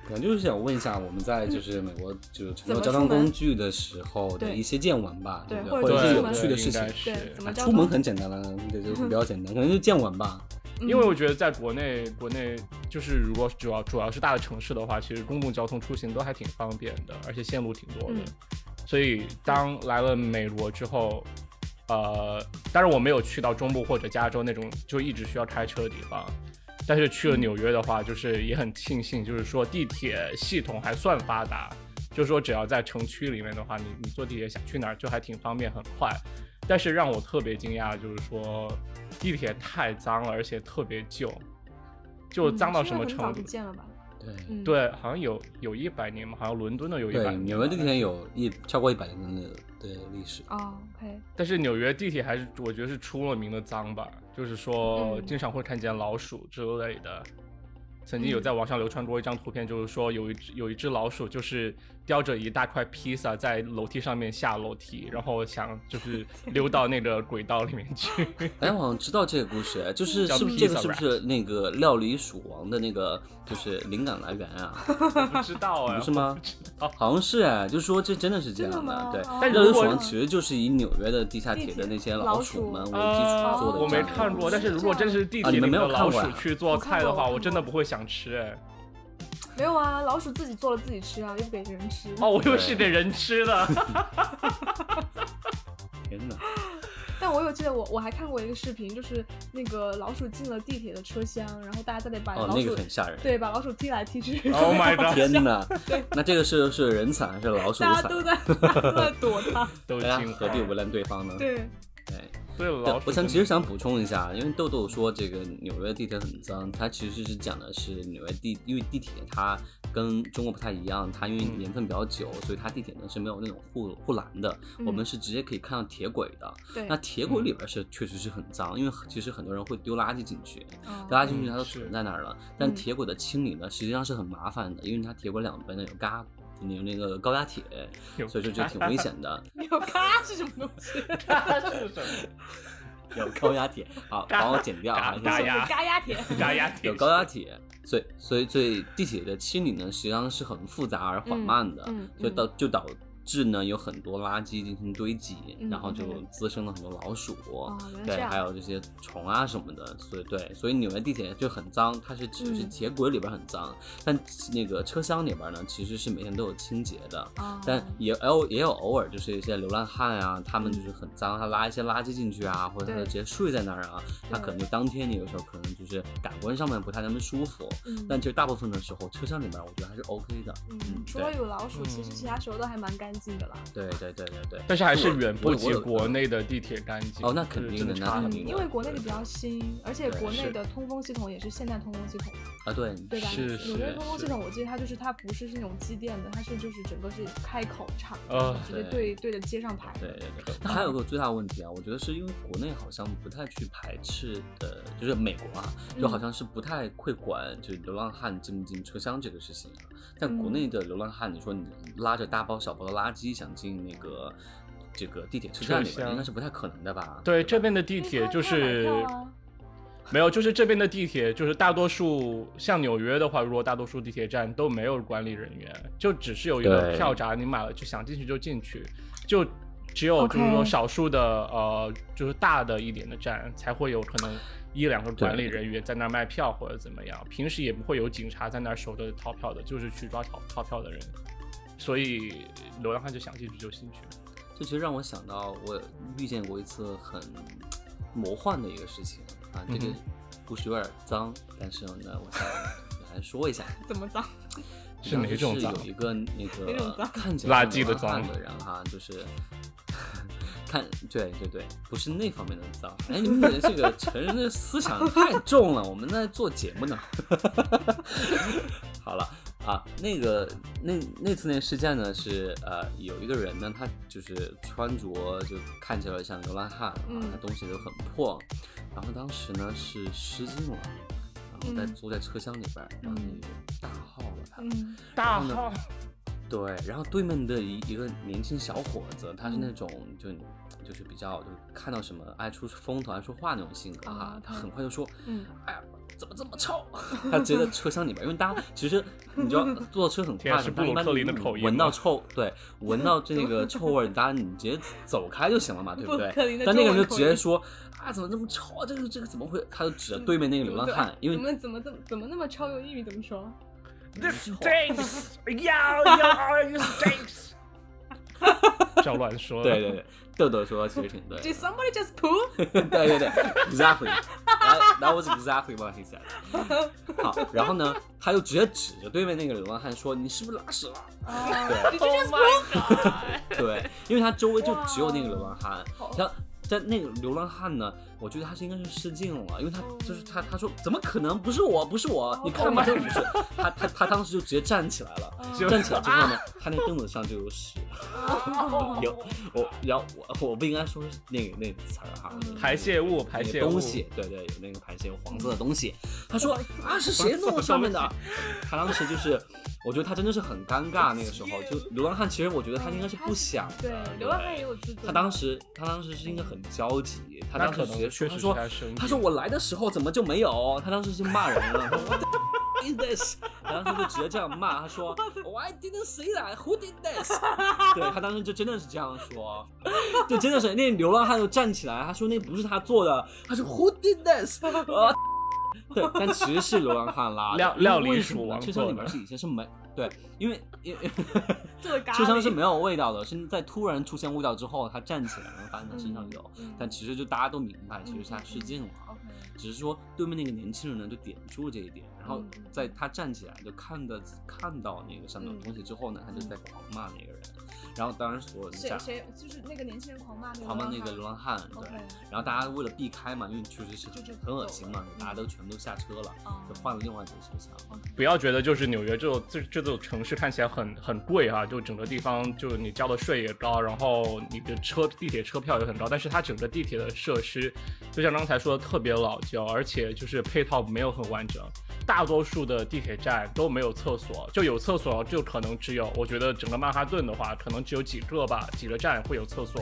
C: 可能就是想问一下，我们在就是美国就是
B: 嗯
C: 乘
B: 怎
C: 坐
B: 么
C: 交
B: 出
C: 通
B: 门
C: 工具的时候的
B: 对
C: 一些见闻吧，
B: 对
C: 不
B: 或
C: 对？
B: 者
C: 或
B: 是
C: 者是
B: 出
C: 有
B: 门
C: 趣的事
A: 应
C: 情
A: 该。
B: 对，
A: 是
B: 怎。
C: 啊
B: 么叫嗯
C: 出门很简单了，对， 就是比较简单，可能就见闻吧。
A: 嗯因为我觉得在国内，国内就是如果主要主要是大的城市的话，其实公共交通出行都还挺方便的，而且线路挺多的。
B: 嗯
A: 所以当来了美国之后，呃，当然我没有去到中部或者加州那种就一直需要开车的地方，但是去了纽约的话，就是也很庆幸，就是说地铁系统还算发达，就是说只要在城区里面的话，你你坐地铁想去哪儿就还挺方便，很快。但是让我特别惊讶的就是说，地铁太脏了，而且特别旧，就脏到什么
B: 嗯是
A: 程
B: 因为很早
A: 度
B: 不？见了吧？
C: 对
B: 嗯，，
A: 对，好像有有一百年嘛，好像伦敦的有一百
C: 对，
A: 年。
C: 纽约地铁有一超过一百年的的历史。
B: 哦，OK，
A: 但是纽约地铁还是我觉得是出了名的脏吧，就是说
B: 嗯
A: 经常会看见老鼠之类的。曾
B: 嗯
A: 经有在网上流传过一张图片，就是说有一只有一只老鼠，就是叼着一大块披萨在楼梯上面下楼梯，然后想就是溜到那个轨道里面 去。
C: 哎，我好像知道这个故事，就是
A: 叫
C: 是不是
A: Pizza
C: 这个是不是那个料理鼠王的那个就是灵感来源啊？
A: 我不知 道哎，
C: 不是吗
A: 我不知道。
C: 好像是哎，就是说这真的是这样
B: 真的
C: 的
B: 吗，
C: 对
B: 哦。
A: 但
C: 料理
A: 如
C: 鼠
A: 果
C: 王其实就是以纽约的地下
B: 地
C: 铁
B: 铁
C: 的那些
B: 老
C: 鼠
B: 鼠
C: 们为基
A: 啊
C: 础做的。
A: 我没看过，但是如果真是地
C: 啊
A: 铁
C: 你
A: 里
C: 们
A: 面
C: 没有
A: 的老
C: 看
A: 鼠
C: 过呀
A: 去做
B: 哦我看
A: 菜的
B: 过
A: 话，
B: 我
A: 我
B: 看
A: 真的
B: 过
A: 不会想吃哎。
B: 没有啊，老鼠自己做了自己吃啊，又给人吃。
A: 哦，我以为是给人吃的。
C: 天哪，
B: 但我有记得我我还看过一个视频，就是那个老鼠进了地铁的车厢，然后大家在那里把
C: 哦，
B: 哎老
C: 那
B: 鼠、
C: 个很吓人。
B: 对把老鼠踢来踢去，
A: Oh my god！
C: 天哪，那这个是是人惨还是老鼠
B: 大家
C: 惨？
B: 都在大家都在躲它。
A: 都
C: 大家
A: 惊
C: 啊何必为难对方呢？
B: 对，
C: 对。
A: 对了，
C: 对
A: 老鼠
C: 我想
A: 真
C: 其实
A: 的
C: 想补充一下，因为豆豆说这个纽约地铁很脏，它其实是讲的是纽约地，因为地铁它跟中国不太一样，它因为
A: 嗯
C: 年份比较久，所以它地铁呢是没有那种护护栏的，
A: 嗯
C: 我们是直接可以看到铁轨的。
B: 嗯对，
C: 那铁轨里边是确实是很脏，因为其实很多人会丢垃圾进去，
B: 嗯
C: 丢垃圾进去它
A: 嗯
C: 都
A: 是
C: 存在那儿了。但
B: 嗯
C: 铁轨的清理呢，实际上是很麻烦的，因为它铁轨两边呢有嘎有那个高压铁，
A: 有
C: 所以说就挺危险 的。
B: 没 有嘎是什么东 西？
A: 它 是什么？
C: 有高压铁， 好，帮我剪掉啊，
A: 嘎
C: 谢谢
A: 嘎呀
B: 嘎压 铁。
A: 嘎压铁
C: 有高压铁，所以所以所以地铁的清理呢，实际上是很复杂而缓慢的，
B: 嗯嗯
C: 所以导就导致呢有很多垃圾进行堆积，
B: 嗯
C: 然后就
B: 嗯
C: 滋生了很多老鼠，
B: 哦，原来
C: 对，
B: 这
C: 还
B: 样。
C: 有这些虫啊什么的，所以对，所以纽约地铁就很脏，它是指的是
B: 嗯
C: 铁轨里边很脏，但那个车厢里边呢，其实是每天都有清洁的。
B: 哦
C: 但也偶也有偶尔就是一些流浪汉啊，他们就是很脏，他拉一些垃圾进去啊，或者他
B: 对
C: 直接睡在那儿啊，他
B: 嗯
C: 可能就当天你有时候可能就是感官上面不太那么舒服，
B: 嗯
C: 但其实大部分的时候车厢里面我觉得还是 OK 的。
B: 嗯，除
C: 对
B: 了有老鼠，其实
A: 嗯
B: 其他时候都还蛮干净的啦。
C: 对对对对对。
A: 但是还是远不
C: 我
A: 及
C: 有
A: 国内的地铁干净。
C: 哦那肯
A: 就是
C: 定的
A: 真
C: 那
A: 差
C: 肯
A: 很
B: 嗯，
C: 定
A: 多。
B: 因为国内的比较新，而且
C: 对
B: 国内
A: 是
B: 的通风系统也是现代通风系统，
C: 啊对
B: 对吧？
A: 是
B: 纽约
A: 是
B: 通风系
A: 是
B: 统，我记得它就是它不是是那种机电的，它是就是整个是开口敞开
A: 啊
B: 的，直接对
C: 对
B: 对着街上排
C: 对
B: 的。
C: 对对，那还有个最大问题啊，我觉得是因为国内好像不太去排斥的，就是美国啊，就
B: 嗯
C: 好像是不太会管就是流浪汉进不进车厢这个事情啊。但国
B: 嗯
C: 内的流浪汉，你说你拉着大包小包的垃圾想进那个这个地铁车站里
A: 车
C: 边，
A: 厢
C: 应该是不太可能的吧？
A: 对
C: 吧
A: 这边的地
B: 地
A: 铁就是
B: 啊
A: 没有，就是这边的地铁就是大多数像纽约的话，如果大多数地铁站都没有管理人员，就只是有一个
C: 对
A: 票闸，你买了就想进去就进去，就只有就是说
B: OK
A: 少数的呃就是大的一点的站才会有可能一两个管理
C: 对
A: 人员在那儿卖票或者怎么样，平时也不会有警察在那儿守着逃票的，就是去抓逃逃票的人，所以流浪汉就想进去就进去。
C: 这其实让我想到，我遇见过一次很魔幻的一个事情啊，这个
A: 嗯哼
C: 故事有点脏，但是呢，我想 来说一下。
B: 怎么脏？啊
A: 是哪种
C: 当时
A: 脏
C: 有一个那个
B: 哪种脏
C: 看起来
A: 垃
C: 像
A: 圾的
C: 流浪汉
A: 脏
C: 的人哈，就是 看对对对，不是那方面的脏。哎，你们的这个成人的思想太重了，我们在做节目呢。 好了啊，那个那那次那事件呢是呃，有一个人呢，他就是穿着就看起来像流浪汉啊，
B: 嗯
C: 他东西都很破，然后当时呢是失禁了，然后在
B: 嗯
C: 坐在车厢里边儿，然后
B: 嗯
C: 大号了，他。
B: 嗯
A: 大号，
C: 对，然后对面的一一个年轻小伙子，他
B: 嗯
C: 是那种就就是比较就看到什么爱出风头、爱说话那种性格哈
B: 啊，
C: 他
B: 对
C: 很快就说，
B: 嗯
C: 哎呀，怎么这么 臭？他直接在车厢里面，因为大家其实你知道坐车很快
A: 天
C: 嘛，
A: 是
C: 大
A: 布鲁
C: 家一般
A: 克林
C: 你
A: 的口音
C: 闻
A: 吗
C: 到臭，对，闻到这个臭味儿，大家你直接走开就行了嘛，对
B: 布
C: 不
B: 鲁
C: 对
B: 克林？的
C: 但那个
B: 中
C: 人
B: 文
C: 就
B: 口
C: 直接
B: 音
C: 说啊，怎么这么臭啊？这个这个怎么会？他就指着对面那个流浪
B: 对
C: 汉，因为
B: 嗯怎么怎么怎么怎么那么超用英语怎么说？
A: This stinks! Yeah, yeah, you stinks! 不要乱说。
C: 对对，对，豆豆说其实挺 对的。
B: Did somebody just poo？
C: 对对对，exactly。That that was exactly what he said。好，然后呢，他就直接指着对面那个流浪汉说：“你是不是拉屎了？”
B: 啊，Did you just poo？”
C: 对，因为他周围就只有那个流浪汉
B: 哇。
C: 然后但那个流浪汉呢，我觉得他是应该是失禁了，因为他就是他，他说怎么可能不是我，不是我，你看嘛，这不是他，他他当时就直接站起来了，
B: 哦
A: 就
C: 站起来之后呢，他那凳子上就有屎， 有我，然后我我不应该说是那个那个词儿哈，
A: 排泄物，排
C: 那
A: 泄
C: 个
A: 物。
C: 东西，对对，有那个排泄物黄色的东西。他说啊，是谁弄我上面的？他当时就是，我觉得他真的是很尴尬。那个时候，就流浪汉，其实我觉得他应该是不想的。
B: 对，流浪汉也有自尊。
C: 他当时，他当时是应该很焦急，他
A: 那
C: 当
A: 可
C: 时直
A: 能
C: 接
A: 确
C: 说，他
A: 实是
C: 说
A: 他生，
C: 他
A: 病
C: 说我来的时候怎么就没有？他当时就骂人了。他说 What the f- is this？然后他就直接这样骂，他说 Why didn't see that? Who did this？对他当时就真的是这样说，就真的是那流浪汉就站起来，他说那不是他做的，他说 Who did this？啊， 对，但其实是流浪汉啦。
A: 料
C: 因为
A: 料理
C: 为什么
A: 鼠
C: 呢
A: 王
C: 车厢里
A: 做
C: 面
A: 的
C: 是以前是没对，因为因为。
B: 做的咖喱
C: 车厢是没有味道的，是在突然出现味道之后，他站起来，然后发现他身上有
B: 嗯嗯，哦
C: 但其实就大家都明白，其实是他失禁了。啊
B: OK
C: 只是说对面那个年轻人呢，就点出这一点，然后
B: 嗯嗯
C: 在他站起来就看的看到那个上面有
B: 嗯
C: 东西之后呢，他就在狂骂那个人，然后当然所有人
B: 谁
C: 站
B: 谁就是那个年轻人狂骂那个
C: 狂骂那个流浪汉，对
B: OK，
C: 然后大家为了避开嘛，因为确实是
B: 就就
C: 很恶心嘛
B: 嗯，
C: 大家都全部都下车了，
B: 哦
C: 就换了另外一节车厢。
A: 不要觉得就是纽约这种这这座城市看起来很很贵啊，就整个地方就是你交的税也高，然后你的车地铁车票也很高，但是它整个地铁的设施，就像刚才说的特别老旧，而且就是配套没有很完整，大多数的地铁站都没有厕所，就有厕所就可能只有，我觉得整个曼哈顿的话，可能只有几个吧，几个站会有厕所，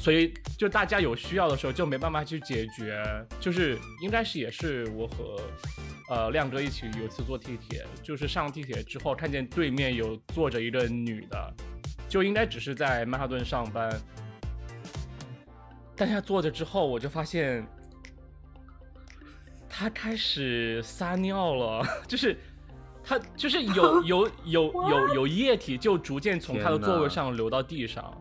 A: 所以就大家有需要的时候就没办法去解决，就是应该是也是我和呃亮哥一起有一次坐地铁，就是上地铁之后看见对面有坐着一个女的，就应该只是在曼哈顿上班，但是她坐着之后我就发现她开始撒尿了，就是。她就是有有有有有液体，就逐渐从她的
C: 天哪
A: 座位上流到地上，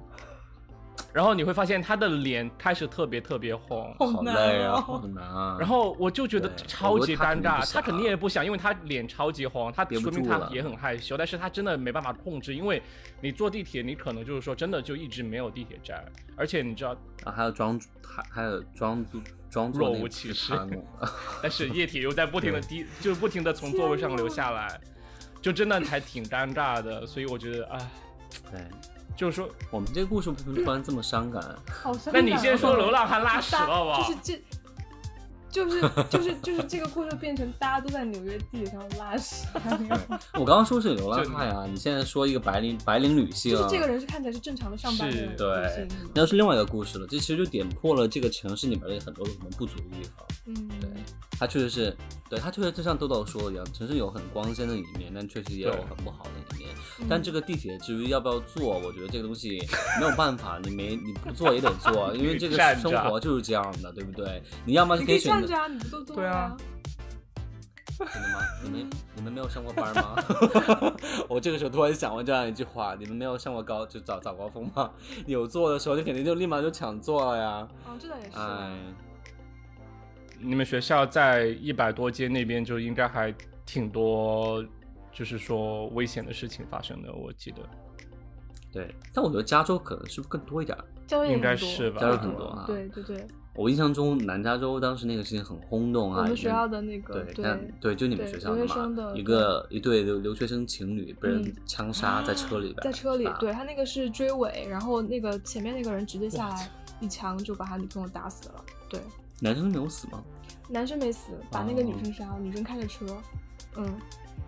A: 然后你会发现他的脸开始特别特别红，
B: 好难哦。
C: 难啊
A: 然后我就觉得
C: 对
A: 超级尴
C: 我觉得他
A: 尬，
C: 肯定不想
A: 他肯定也不想，因为他脸超级红，他
C: 憋不
A: 说
C: 住
A: 明他
C: 了
A: 也很害羞，但是他真的没办法控制，因为你坐地铁，你可能就是说真的就一直没有地铁站，而且你知道，
C: 然后啊还有装还还有装作装作
A: 若
C: 那个
A: 无
C: 不
A: 其
C: 是
A: 事
C: 他 弄的
A: 但 是液体又在不停的滴，就不停的从座位上流下来，就真的还挺尴尬的，所以我觉得啊，
C: 对，
A: 就是说，
C: 我们这个故事为什么突然这么伤感？啊
B: 好伤
A: 那
B: 感
A: 你先说
B: 哦
A: 流浪汉拉屎
B: 大
A: 了好不好
B: 就是这。就是就是就是这个故事变成大家都在纽约地铁上拉屎，
C: 我刚刚说是流浪汉呀、你现在说一个白领白领女性、
B: 就
C: 啊，
B: 是这个人是看起来是正常的上班的
A: 是
B: 人，
C: 对，那是另外一个故事了。这其实就点破了这个城市里面的很多的可能不足的地方。
B: 嗯，
C: 它确实是，对它确实就像豆豆说的一样，城市有很光鲜的一面，但确实也有
A: 对
C: 很不好的一面。
B: 嗯
C: 但这个地铁至于要不要坐，我觉得这个东西没有办法，你没你不坐也得 坐，啊因为这个
A: 站着
C: 生活就是这样的，对不对？你要么就
B: 你可以
C: 选
B: 站
C: 择
B: 着啊，你不都坐
A: 对啊
B: 啊？
C: 真的吗？你们你们没有上过班吗？ 我这个时候突然想过这样一句话：你们没有上过高就早早高峰吗？ 有做的时候，你肯定就立马就抢座了呀！
B: 哦，这倒也是。
C: 哎，
A: 你们学校在一百多街那边就应该还挺多，就是说危险的事情发生的，我记得
C: 对，但我觉得加州可能是不是更多一点儿？
B: 教练
A: 应
B: 也
A: 该
B: 很多嗯
A: 是吧？
C: 加州很多啊。
B: 对，对对，
C: 我印象中南加州当时那个事情很轰动啊，
B: 我们
C: 因为
B: 学校的那个
C: 对，
B: 对
C: 但对，就你们
B: 对
C: 学校的
B: 留学生
C: 嘛，
B: 的
C: 一个一对留留学生情侣被人
B: 嗯
C: 枪杀在车里边，
B: 在车里
C: 是吧，
B: 对他那个是追尾，然后那个前面那个人直接下来一枪就把他女朋友打死了。对，
C: 男生没有死吗？
B: 男生没死，把那个
C: 哦
B: 女生杀了，女生开着车，嗯，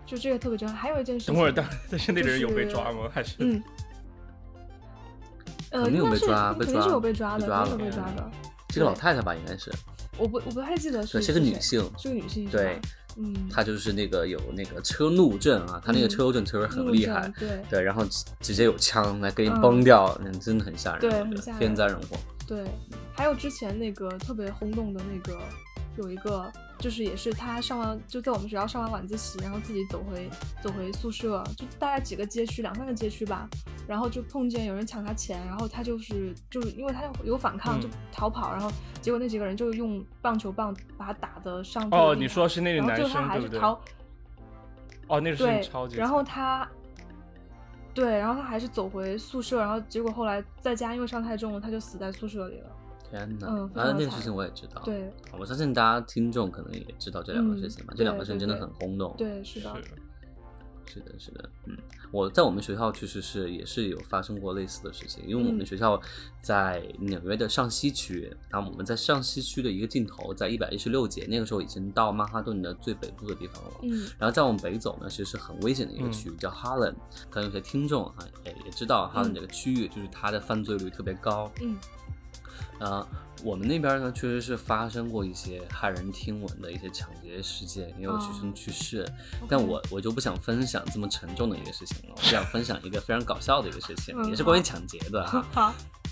B: 就这个特别震撼。还有一件事情，
A: 等会儿，但 但是那个人有被抓吗？还是
B: 嗯，呃，
C: 肯定
B: 应
C: 有
B: 该
C: 被
B: 是
C: 抓被
B: 肯定是
C: 抓
B: 有
C: 了嗯
B: 被抓
C: 被
B: 的，
C: 抓
B: 肯定
A: 了
B: 有被抓的。
C: 这个老太太吧，应该是，
B: 我不我不太记得是
C: 对，是个女
B: 谁，
C: 性，
B: 是个女性，是
C: 对
B: 吧，嗯，
C: 她就是那个有那个车怒症啊，她那个
B: 嗯
C: 车怒症确实很
B: 路
C: 厉
B: 上
C: 害，
B: 对
C: 对，然后直直接有枪来给你
B: 嗯
C: 崩掉，嗯，真的很吓人，
B: 对
C: 我觉
B: 很
C: 得
B: 吓
C: 天
B: 人
C: 灾人祸，
B: 对，还有之前那个特别轰动的那个，有一个就是也是他上完就在我们学校上完晚自习，然后自己走回走回宿舍，就大概几个街区两三个街区吧，然后就碰见有人抢他钱，然后他就是就是因为他有反抗
A: 嗯
B: 就逃跑，然后结果那几个人就用棒球棒把他打的上吐
A: 哦，
B: 下
A: 你
B: 泻
A: 说是那个
B: 然后
A: 男
B: 最后他
A: 生
B: 还
A: 对
B: 是
A: 不对？
B: 逃
A: 哦，那个事情
B: 对
A: 超，级惨。
B: 然后他，对，然后他还是走回宿舍，然后结果后来在家因为伤太重了，他就死在宿舍里了。
C: 天哪，
B: 嗯非
C: 啊，
B: 常
C: 那个
B: 惨
C: 事情我也知道，
B: 对
C: 我相信大家听众可能也知道这两个事
B: 嗯
C: 情吧，这两
B: 对
C: 个事情
B: 对
C: 真的
B: 对
C: 很轰动，
B: 对，是的，
C: 是的，是的，嗯，我在我们学校确实是也是有发生过类似的事情，因为我们
B: 嗯
C: 学校在纽约的上西区，然后我们在上西区的一个尽头，在一百一十六街，那个时候已经到曼哈顿的最北部的地方了。
B: 嗯
C: 然后再往北走呢，其实是很危险的一个区域，叫 Harlem。可能有些听众啊也也知道 Harlem
B: 嗯
C: 这个区域，就是它的犯罪率特别高。
B: 嗯
C: 啊，我们那边呢，确实是发生过一些骇人听闻的一些抢劫事件，也有学生
B: 哦
C: 去世。
B: ，OK，
C: 但我我就不想分享这么沉重的一个事情了，我想分享一个非常搞笑的一个事情，
B: 嗯
C: 也是关于抢劫的哈
B: 好，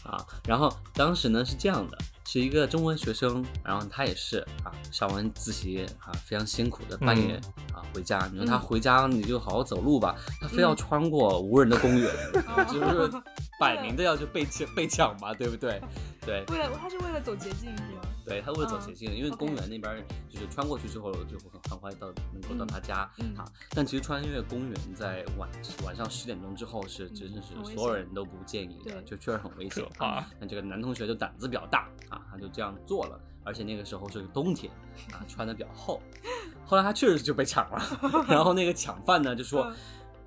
C: 啊。然后当时呢是这样的，是一个中文学生，然后他也是啊上完自习啊非常辛苦的半夜、啊回家，你说他
B: 嗯
C: 回家你就好好走路吧，他非要
B: 嗯
C: 穿过无人的公 园，
B: 哦
C: 就是摆明的要去被抢被抢嘛，对不对？对，
B: 为了他是为了走捷径是吗？
C: 对他为了走捷径，因为
B: 嗯 OK
C: 公园那边儿就是穿过去之后就会很欢快到能够到
B: 嗯
C: 他家、
B: 嗯
C: 啊。但其实穿越公园在晚晚上十点钟之后是真的是
B: 嗯很危
C: 所有
B: 险
C: 人都不建议的，
B: 对
C: 就确实很危
A: 可
C: 险。
A: 怕。
C: 那这个男同学就胆子比较大啊，他就这样做了，而且那个时候是个冬天啊，穿的比较厚。后来他确实就被抢了， 然后那个抢犯呢就说
B: 嗯。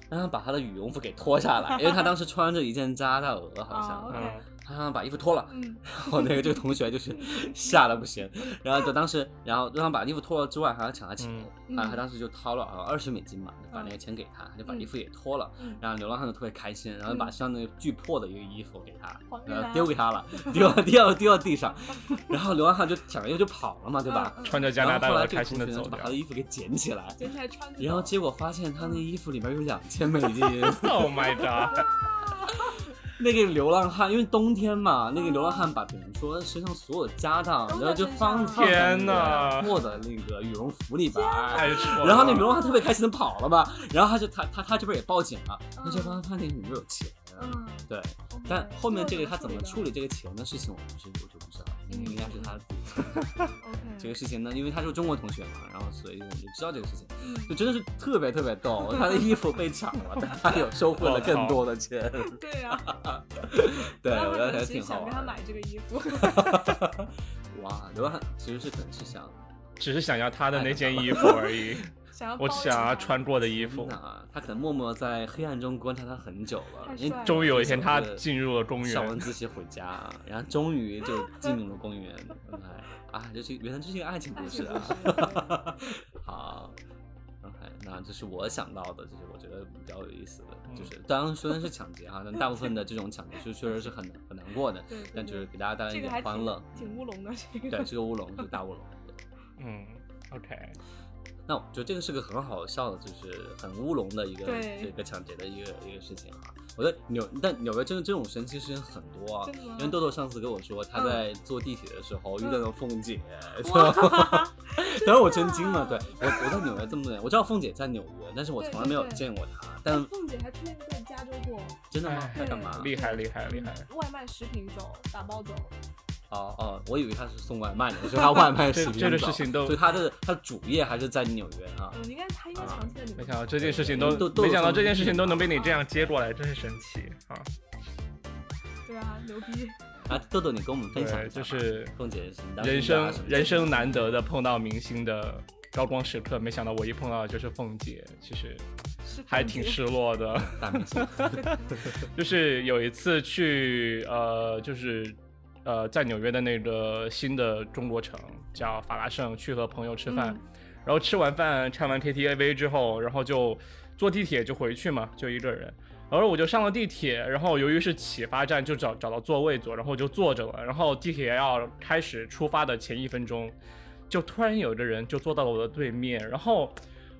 C: 让他把他的羽绒服给脱下来，因为他当时穿着一件扎大鹅，好像，
B: 啊
A: 嗯
C: 啊
B: ，OK，
C: 他让他把衣服脱了，
B: 嗯
C: 然后那个这个同学就是 吓得不行，然后就当时，然后让他把衣服脱了之外，还要抢他钱，
B: 嗯
C: 啊，他当时就掏了好像二十美金吧，就把那个钱给他，他就把
B: 嗯
C: 衣服也脱了，
B: 嗯
C: 然后流浪汉就特别开心，然后把
B: 嗯
C: 身上那个巨破的一个衣服给他，
B: 还给
C: 然后
B: 他
C: 呃丢给他了， 丢到丢到丢到地上，然后流浪汉就抢了衣服就跑了嘛，对吧？
B: 嗯嗯
A: 穿着加
C: 然
A: 拿
C: 后
A: 大
C: 后来
A: 鹅
C: 这个
A: 开
C: 同
A: 心
C: 学
A: 的
C: 呢
A: 走
C: 就把
A: 掉
C: 他的。衣服给捡起来，
B: 捡起来穿着
C: 然后
B: 走
C: 结果发现他那衣服里面有两千美金。
A: Oh my god！
C: 那个流浪汉，因为冬天嘛，那个流浪汉把比如说身上所有的家当，
B: 都
C: 然
B: 在
C: 后就放
B: 身上
C: 放在
A: 天
C: 那
A: 哪
C: 个破的那个羽绒服里边儿。
A: 太丑了。
C: 然后那流浪汉特别开心的跑了嘛，然后他就他他他这边也报警了，他就
B: 嗯
C: 刚刚看那个女的有钱，啊
B: 嗯，
C: 对，
B: OK，
C: 但后面这个他怎么
B: 么
C: 处理这个钱的事情，我不知我就不知道，因为应该是他自己
B: ？OK，
C: 这个事情呢，因为他是中国同学嘛，然后所以我们就知道这个事情，
B: 嗯
C: 就真的是特别特别逗，他的衣服被抢了，但他有收获了更多的钱，
B: 对啊，
C: 对，
B: 然后
C: 我
B: 他可
C: 觉得
B: 能
C: 还
B: 其
C: 挺
B: 实
C: 好
B: 想
C: 玩
B: 给他
C: 的。
B: 买这个衣服，
C: 哇，流浪汉其实是可能是想，
A: 只是想要他的那件衣
C: 哎
A: 服而已，
B: 想要
A: 我
B: 包
A: 只想
B: 养
A: 要
B: 他
A: 穿过的衣服。
C: 那他可能默默在黑暗中观察他很久了，
B: 太帅
C: 因为
B: 了
A: 终于有一天，他进入了公
C: 上完
A: 园。
C: 自习回家， 然后终于就进入了公园，哎啊，这是原来这是一个爱情故
B: 爱
C: 事
B: 情
C: 啊
B: 故事，
C: 好。OK，那这是我想到的，就是我觉得比较有意思的，
A: 嗯
C: 就是当然虽然是抢劫 啊，但大部分的这种抢劫是确实是很难很难过的，
B: 对对
C: 但就是
B: 对
C: 给大家带来一
B: 这个
C: 点
B: 还
C: 欢乐
B: 挺。挺乌龙的，这个
C: 对，这个乌龙是大 乌龙。对
A: 嗯，OK，
C: 那我觉得这个是个很好笑的，就是很乌龙的一个
B: 对
C: 这个抢劫的一个一个事情啊。我在纽，但纽约真的这种神奇事情很多啊
B: 真。的吗
C: 因为豆豆上次跟我说，他
B: 嗯
C: 在坐地铁的时候遇到了凤姐，
B: 哇
C: 当时我震惊了。对
B: 真的啊
C: 我，我在纽约这么多年，我知道凤姐在纽约，但是我
B: 对
C: 从来没有
B: 对对
C: 见过她。
B: 哎
C: 但
B: 凤姐还出现在加州过，
C: 真的吗
A: 哎？
C: 她干嘛？
A: 厉害厉害厉害！
B: 嗯外卖食品走，打包走，
C: 哦哦，我以为她是送外卖的，我说她外卖
A: 这
C: 视频
A: 这个
C: 早
A: 事情都
C: 就她的她主业还是在纽约啊。
B: 嗯，应该他应该长期在里
A: 没
B: 面，
A: 想到这件事情
B: 嗯
C: 都
A: 都
C: 都
A: 没想到
C: 有
A: 这件事情都能被你
B: 啊
A: 这样接过来，真是神奇啊！
B: 对啊，牛逼，
C: 啊，豆豆，你跟我们分享
A: 对，
C: 一下
A: 就
C: 吧。
A: 是
C: 凤姐是你当时遇
A: 人
C: 到
A: 生
C: 什么
A: 人生难得的碰到明星的高光时刻，没想到我一碰到的就是凤姐，其实
B: 是
A: 还
B: 凤
A: 挺
B: 姐
A: 失落的。
C: 大明星。
A: 就是有一次去呃，就是呃，在纽约的那个新的中国城叫法拉盛，去和朋友吃饭，
B: 嗯
A: 然后吃完饭唱完 KTV 之后，然后就坐地铁就回去嘛，就一个人。然后我就上了地铁，然后由于是启发站，就找找到座位坐，然后我就坐着了。然后地铁要开始出发的前一分钟，就突然有一个人就坐到了我的对面，然后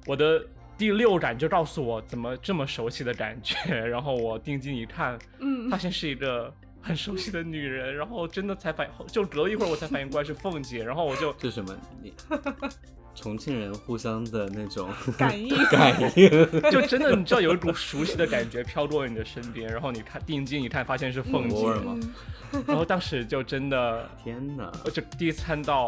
A: 我的第六感就告诉我怎么这么熟悉的感觉。然后我定睛一看，
B: 嗯
A: 发现是一个很熟悉的女人。然后真的才反，就隔了一会儿我才反应过来是凤姐。然后我就
C: 这是什么？ 你重庆人互相的那种
B: 感应
C: 感应，
A: 就真的你知道有一股熟悉的感觉飘过你的身边，然后你看定睛一看，发现是凤姐
C: 偶。尔吗？
B: 嗯，
A: 然后当时就真的。
C: 天哪！
A: 呃就第一次看到，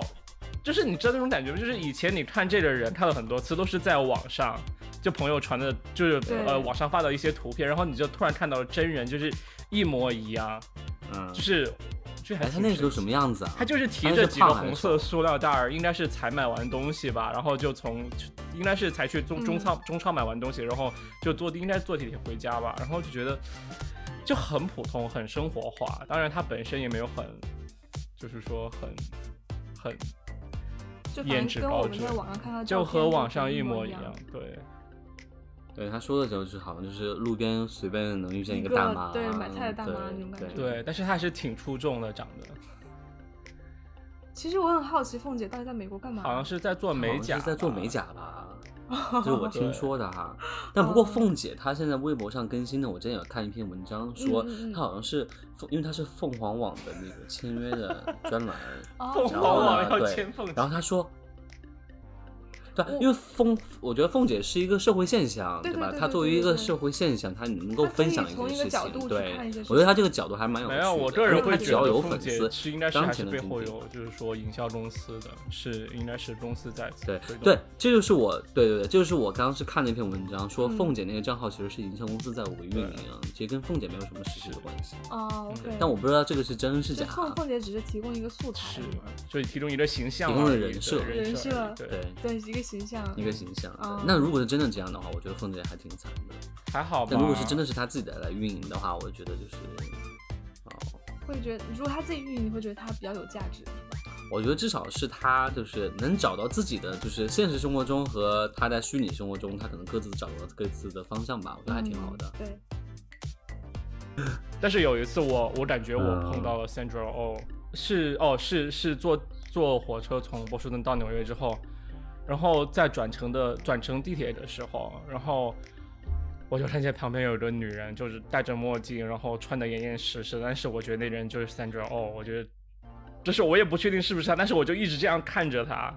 A: 就是你知道那种感觉吗，就是以前你看这个人看了很多次，都是在网上，就朋友传的，就是
B: 对
A: 呃网上发的一些图片，然后你就突然看到了真人，就是一模一样，
C: 嗯
A: 就，是这还
C: 哎，
A: 挺
C: 他那时候什么样子啊？
A: 他就是提
C: 他
A: 着
C: 是
A: 几个
C: 胖还是
A: 红色的塑料袋儿，应该是才买完东西吧，然后就从应该是才去
C: 嗯
A: 中中超中超买完东西，然后就坐应该坐地铁回家吧，然后就觉得就很普通，很生活化。当然，它本身也没有很，就是说很很
B: 就
A: 颜
B: 反
A: 值
B: 正跟
A: 高
B: 我们
A: 质
B: 在网上看到的
A: 就
B: 照
A: 和
B: 片
A: 网上
B: 一
A: 一模
B: 一
A: 一样。对，
C: 对他说的时候是好像就是路边随便能遇见
B: 一
C: 个
B: 个
C: 大妈，啊
B: 对买菜的大妈
C: 对
B: 那种感觉
A: 对，但是它还是挺出众的，长得
B: 其实我很好奇，凤姐到底在美国干嘛？
A: 好像是在做
C: 好
A: 美
C: 像
A: 甲，
C: 是在做美。甲 吧？这是我听说的哈。但
B: 哦
C: 不过凤姐她现在微博上更新的，我之前有看一篇文章说
B: 嗯嗯嗯，
C: 她好像是凤，因为她是凤凰网的那个签约的专栏，
B: 哦
A: 凤
C: 然
A: 凰
C: 后
A: 网
C: 呢，
A: 要
C: 对
A: 签凤姐，
C: 然后 她说。对啊
B: 我，
C: 因为凤，我觉得凤姐是一个社会现象，
B: 对对
C: 吧
B: 对？对
C: 她作为
B: 对
C: 一个
B: 对
C: 社会现象，她能够
B: 她可
C: 分
B: 以
C: 享
B: 从
C: 些
B: 一个
C: 事
B: 角
C: 情
B: 度。去
C: 对
B: 看一些，事
C: 我觉得她
B: 情
C: 这个角度还蛮有趣
A: 没
C: 的。
A: 有，我个人
C: 因为
A: 会
C: 她
A: 觉
C: 只要
A: 得
C: 有
A: 凤
C: 粉
A: 姐
C: 丝，
A: 是应该是
C: 当
A: 还是
C: 前的
A: 背
C: 经
A: 后
C: 济
A: 有，就是说营销公司的，是应该是公司在
C: 对
A: 推动
C: 对，这就是我对对对，这就是我刚刚是看了一篇文章，说
B: 嗯
C: 凤姐那个账号其实是营销公司在维运营，其实跟凤姐没有什么实质的关系。
B: 哦
A: 嗯，
B: 对。
C: 但我不知道这个是真是
B: 就
C: 假。
B: 凤凤姐只是提供一个素材
A: 是，，就其中一个形象
C: 提供
A: 而
C: 了
A: 已
C: 人
A: 对
C: 设
A: 人
B: 人设
A: 而已对，
C: 对，
B: 对一个形象，
C: 一个形象。对
B: 哦
C: 那如果是真的这样的话，我觉得凤姐还挺惨的。
A: 还好吧。
C: 但如果是真的是她自己的来运营的话，我觉得就是，哦，
B: 会觉得如果她自己运营，你会觉得她比较有价值。
C: 我觉得至少是她就是能找到自己的，就是现实生活中和她在虚拟生活中，她可能各自找到各自的方向吧，我觉得还挺好的。
B: 嗯对，
A: 但是有一次我我感觉我
C: 嗯
A: 碰到了 Sandra O，、是哦是是坐坐火车从波士顿到纽约之后，然后在转乘的转乘地铁的时候，然后我就看见旁边有一个女人，就是戴着墨镜，然后穿的严严实实，但是我觉得那人就是 Sandra O，我觉得就是我也不确定是不是她，但是我就一直这样看着她，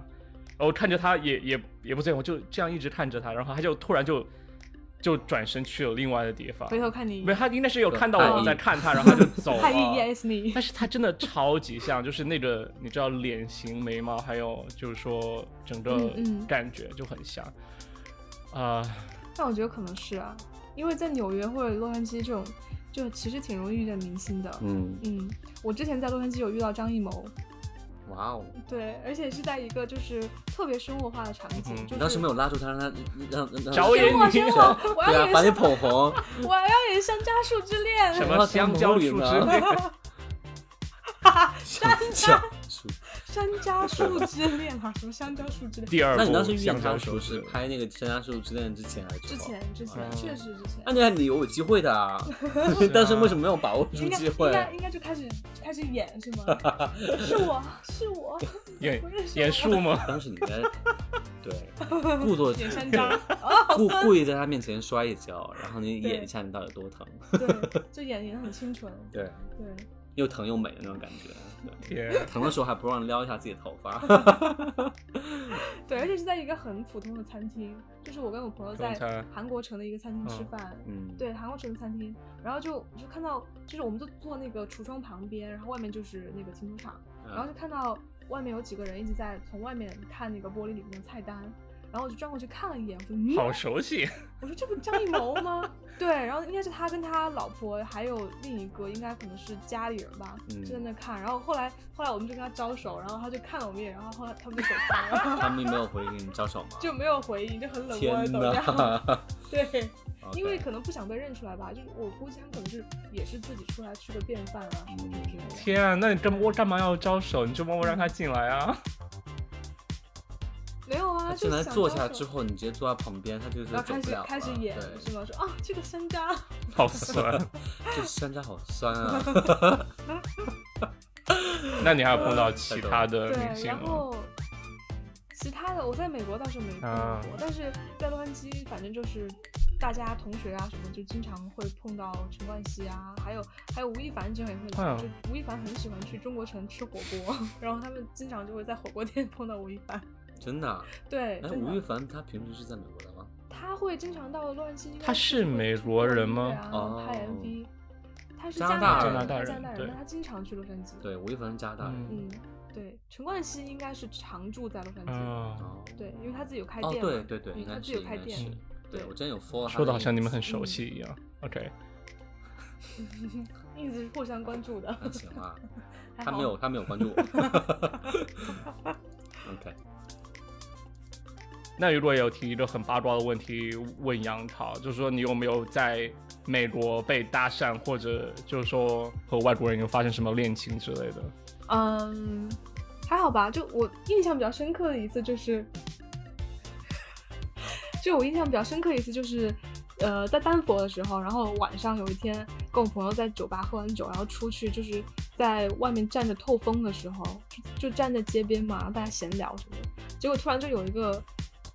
A: 然后看着她也也也不怎样，我就这样一直看着她，然后她就突然就就转身去了另外的地方，
B: 回头看你
A: 没，有，他应该是有看到我在看他，然后他就走
B: 她 e
A: 了。
B: yes 你
A: 但，是他真的超级像，就是那个你知道脸型、眉毛，还有就是说整个
B: 嗯嗯
A: 感觉就很像。啊、
B: 但我觉得可能是啊，因为在纽约或者洛杉矶这种，就其实挺容易遇见明星的。
C: 嗯，
B: 嗯，我之前在洛杉矶有遇到张艺谋，
C: 哇哦。
B: 对，而且是在一个就是特别生活化的场
A: 嗯
B: 景，就是
C: 你当时没有拉住他，让他让让让
A: 找眼
B: 天网
A: 你
B: 天
C: 对
B: 网
C: 啊，
B: 我
C: 对
B: 要
C: 啊，
B: 演
C: 把你
B: 山，
C: 捧红，
B: 我要演《山楂树之
C: 哎
B: 恋》
A: 什么香蕉树之
C: 然后
A: 类的，
C: 山楂树。
B: 山楂树之恋啊，什么香蕉树之恋？
A: 第二
C: 那你当时
A: 部
C: 遇见
A: 香
C: 他
A: 蕉
C: 的时
A: 手
C: 候
A: 指
C: 是拍那个《山楂树之恋》之前还是
B: 之
C: 后？
B: 前之前
A: 嗯
B: 确实之前
C: 哦那，你看你有机会的啊，你当时为什么没有把握住
B: 应该
C: 机
B: 应
C: 会？
B: 该应该就开始开始演是吗？ 是我是我，
A: 演
B: 不认识我
A: 演树吗？
C: 当时你应该对故作
B: 演山楂，
C: 故故意在他面前摔一跤，然后你
B: 对
C: 演一下你到底有多疼，
B: 对，就演演的很清纯，
C: 对，
B: 对，
C: 又疼又美的那种感觉。对
A: 天，
C: 疼的时候还不让撩一下自己的 头发，
B: 对，而且是在一个很普通的餐厅，就是我跟我朋友在
A: 中餐
B: 韩国城的一个餐厅吃饭，
C: 嗯，
B: 对，韩国城的餐厅，然后就就看到，就是我们就坐那个橱窗旁边，然后外面就是那个停车场，
C: 嗯，
B: 然后就看到外面有几个人一直在从外面看那个玻璃里面的菜单。然后我就转过去看了一眼，我说：“嗯，
A: 好熟悉，
B: 我说这不是张艺谋吗？ 对，然后应该是他跟他老婆还有另一个，应该可能是家里人吧，
C: 嗯
B: 就在那看。然后后来后来我们就跟他招手，然后他就看了我们一眼，然后后来他们就走开 了，
C: 嗯他们没有回应招手吗？
B: 就没有回应，就很冷漠的
C: 天
B: 走掉。
C: 哪！
B: 对，因为
C: OK
B: 可能不想被认出来吧，就是我估计他们可能是也是自己出来吃个便饭啊什
C: 嗯
B: 么之类的。
A: 天啊！ 那你干我干嘛要招手？你就默默让他进来啊！
B: 没有啊，啊，
C: 进
B: 就
C: 来
B: 想
C: 坐
B: 到说
C: 下之后，你直接坐在旁边，他就是
B: 然后
C: 走
B: 开
C: 不
B: 始
C: 了
B: 开始
C: 了
B: 演是
C: 对，
B: 吗？说啊，这个山楂，
A: 好酸。
C: 这山楂好酸 啊！
A: 那你还有碰到其他的明
B: 对，
A: 星
B: 然
C: 啊
A: 吗？
B: 后其他的我在美国倒是没碰到
A: 啊
B: 过，但是在洛杉矶，反正就是大家同学啊什么，就经常会碰到陈冠希啊，还有还有吴亦凡，经常也会来，
A: 嗯
B: 就吴亦凡很喜欢去中国城吃火锅， 然后他们经常就会在火锅店碰到吴亦凡。
C: 真的啊。
B: 对，
C: 哎，
B: 真
C: 吴
B: 的
C: 亦凡他平时是在美国的吗？
B: 他会经常到洛杉矶，因为
A: 他是
B: 会
A: 美
B: 出
A: 国人吗
B: 国音乐啊
C: 哦
B: 拍 MV，他是
C: 加
B: 加
C: 拿大
B: 拿
C: 人
B: 大人，他是
A: 加
B: 加
A: 拿
B: 拿
A: 大人
B: 大人，
A: 对
B: 但他经常去洛杉矶。
C: 对，吴亦凡是加拿大人。
A: 嗯
B: 嗯，对，陈冠希应该是常住在洛杉矶，
A: 啊，
C: 哦
B: 对，因为他自己有开
C: 哦，
B: 店嘛，
C: 对对对，
B: 嗯
C: 应
B: 他
C: 该
B: 自己
C: 是
B: 有
C: 应
B: 开
C: 该
B: 店
C: 是，。对我真有 follow 他的
A: 说的好像你们
C: ins
A: 很熟悉一样。OK，
B: 一直是互相关注的。
C: 那行啊，
B: 还
C: 他
B: 好
C: 没有，他没有关注我。OK，
A: 那如果有提一个很八卦的问题问杨桃，就是说你有没有在美国被搭讪，或者就是说和外国人有发生什么恋情之类的？
B: 嗯，还好吧。就我印象比较深刻的一次就是， 就我印象比较深刻的一次就是，呃，在丹佛的时候，然后晚上有一天跟我朋友在酒吧喝完酒，然后出去就是在外面站着透风的时候，就就站在街边嘛，然后大家闲聊什么的，结果突然就有一个。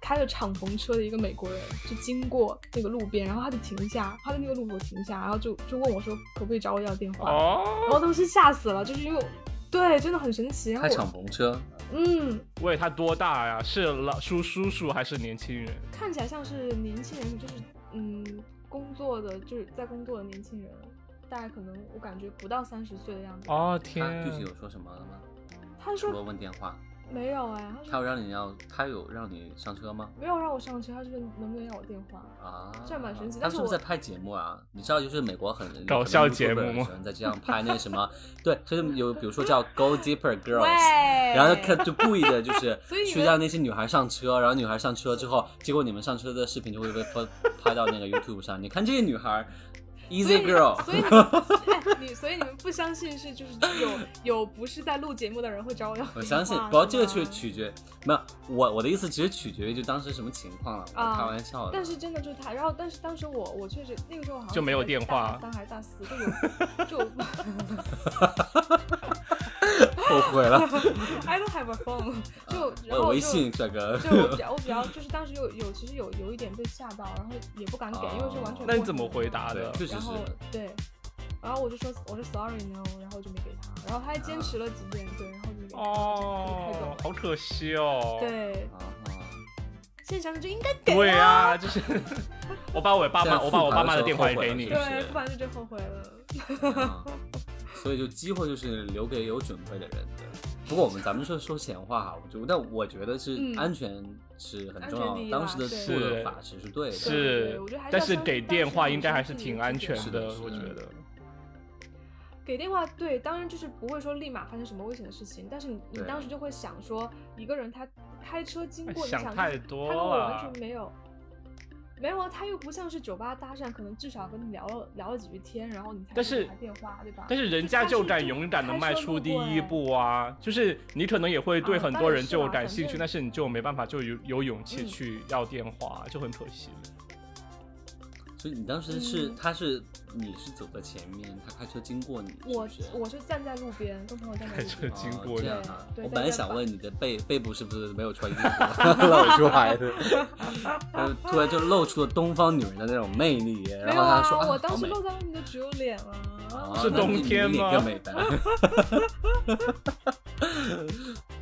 B: 开着敞篷车的一个美国人就经过那个路边，然后他就停下，他在那个路口停下，然后就就问我说可不可以找我要电话，
A: 哦，
B: 然后当时吓死了，就是因为我对，真的很神奇。然后
C: 开
B: 我
C: 敞篷车，
B: 嗯，
A: 喂，他多大呀？是老叔叔叔还是年轻人？
B: 看起来像是年轻人，就是嗯，工作的就是在工作的年轻人，大概可能我感觉不到三十岁的样子。
A: 哦
C: 他
A: 天，
C: 具体有说什么了吗？
B: 他
C: 除了
B: 说
C: 问电话，
B: 没有哎，他
C: 他
B: 说
C: 有让你要，他有让你上车吗？
B: 没有让我上车，他就是能不能要我电话？
C: 啊，
B: 这蛮神奇
C: 他
B: 但
C: 是
B: 是
C: 不是在
B: 我
C: 拍节目啊？你知道，就是美国很
A: 搞
C: 很多
A: 笑节
C: YouTuber
A: 目吗
C: 喜欢在这样拍那什么，对，就是有比如说叫 Go Deeper Girls。
B: 喂，
C: 然后他就故意的，就是
B: 所以你
C: 去
B: 们
C: 让那些女孩上车，然后女孩上车之后，结果你们上车的视频就会被拍拍到那个 YouTube 上。你看这个女孩
B: 所以
C: ，Easy
B: 你
C: Girl，
B: 所以你 们、哎、你所以你们不相信是就是有有不是在录节目的人会找我要电话
C: 我相信
B: 是，吗
C: 不过这个取取决，没有我我的意思只是取决于就当时什么情况了，我
B: 啊
C: 开玩笑的。
B: 但是真的就是他，然后但是当时我我确实那个时候好像
A: 就没有电话
B: 大三还是大四就 有就有
C: 后悔 了，
B: I don't have a phone，就
C: 我
B: 然
C: 有
B: 后
C: 啊微
B: 就
C: 信帅哥。
B: 就我比较我比较就是当时有有其实有有一点被吓到，然后也不敢给，因为是完全
A: 啊那你
B: 陌生
A: 怎么
B: 人
A: 回
B: 嘛
A: 答
C: 对
A: 的？
C: 确实
B: 然
C: 是
B: 后对，然后我就说我说 sorry no，然后我就没给他，然后他还坚
A: 啊
B: 持了几遍，对，然后就没给他，就开
A: 哦
B: 走，
A: 好可惜哦。，
B: 对，
C: 啊
B: 现在想想就应该给
A: 对
B: 啊，
A: 啊，就是我把我爸
C: 现在
A: 妈，我把我爸妈的电话也给
C: 复
A: 你
C: 盘的时候后悔了是不。是
B: 对，不然就真后悔了。
C: 啊所以就机会就是留给有准备的人的。不过我们咱们说说闲话哈，我就但我觉得是
B: 嗯
C: 安全是很重
B: 安
C: 要
B: 全第
C: 的，
B: 一
C: 当时的
B: 吧
C: 做的
A: 对
C: 法是是对
B: 对
C: 的，
A: 是
B: 我觉得还是要，
A: 但是
B: 相
A: 给
B: 当
A: 电
B: 是
A: 话
B: 女
A: 应该
B: 生
A: 还
B: 自
A: 是
B: 己
A: 挺
B: 的
A: 安
B: 自
A: 全
B: 觉
C: 是的
A: 的
C: 是，的
A: 我觉得。
B: 给电话，对，当然就是不会说立马发生什么危险的事情，但是你你
C: 对
B: 当时就会想说，一个人他开车经
A: 哎
B: 过，你
A: 想
B: 就是
A: 太多
B: 他跟我完
A: 了
B: 全没有，没有啊，他又不像是酒吧搭讪，可能至少跟你聊了聊了几句天，然后你才
A: 但
B: 给他
A: 是
B: 哎打电话，对吧？
A: 但是人家就
B: 就他
A: 敢
B: 是
A: 勇敢的
B: 开
A: 迈
B: 车
A: 出
B: 路
A: 第
B: 过
A: 一
B: 哎
A: 步啊！就是你可能也会对
B: 啊
A: 很
B: 当
A: 多
B: 然
A: 人
B: 是
A: 就
B: 啦
A: 感
B: 反
A: 兴趣，
B: 正
A: 但是你就没办法就有有勇气
B: 嗯
A: 去要电话，就很可惜。
C: 所以你当时是、
B: 嗯
C: 他是你是走在前面，他开车经过你，
B: 哎我
C: 是不是
B: 我是站在路边，跟朋友站在
A: 开
B: 路
A: 车
B: 边，
A: 经
C: 哦
A: 过
C: 这
A: 你
C: 样啊，
B: 对
C: 我
B: 在
C: 本来
B: 在
C: 想
B: 板
C: 问你的背背部是不是没有穿衣服 露出来的，然后突然就露出了东方女人的那种魅力，
B: 没
C: 然
B: 有
C: 后他说
B: 啊，我
C: 啊
B: 当
C: 好
B: 时
C: 美
B: 露在外面的只有脸了。
C: 啊
A: 是
C: 那
A: 冬
C: 你你
A: 天
C: 脸
A: 吗
C: 更美白，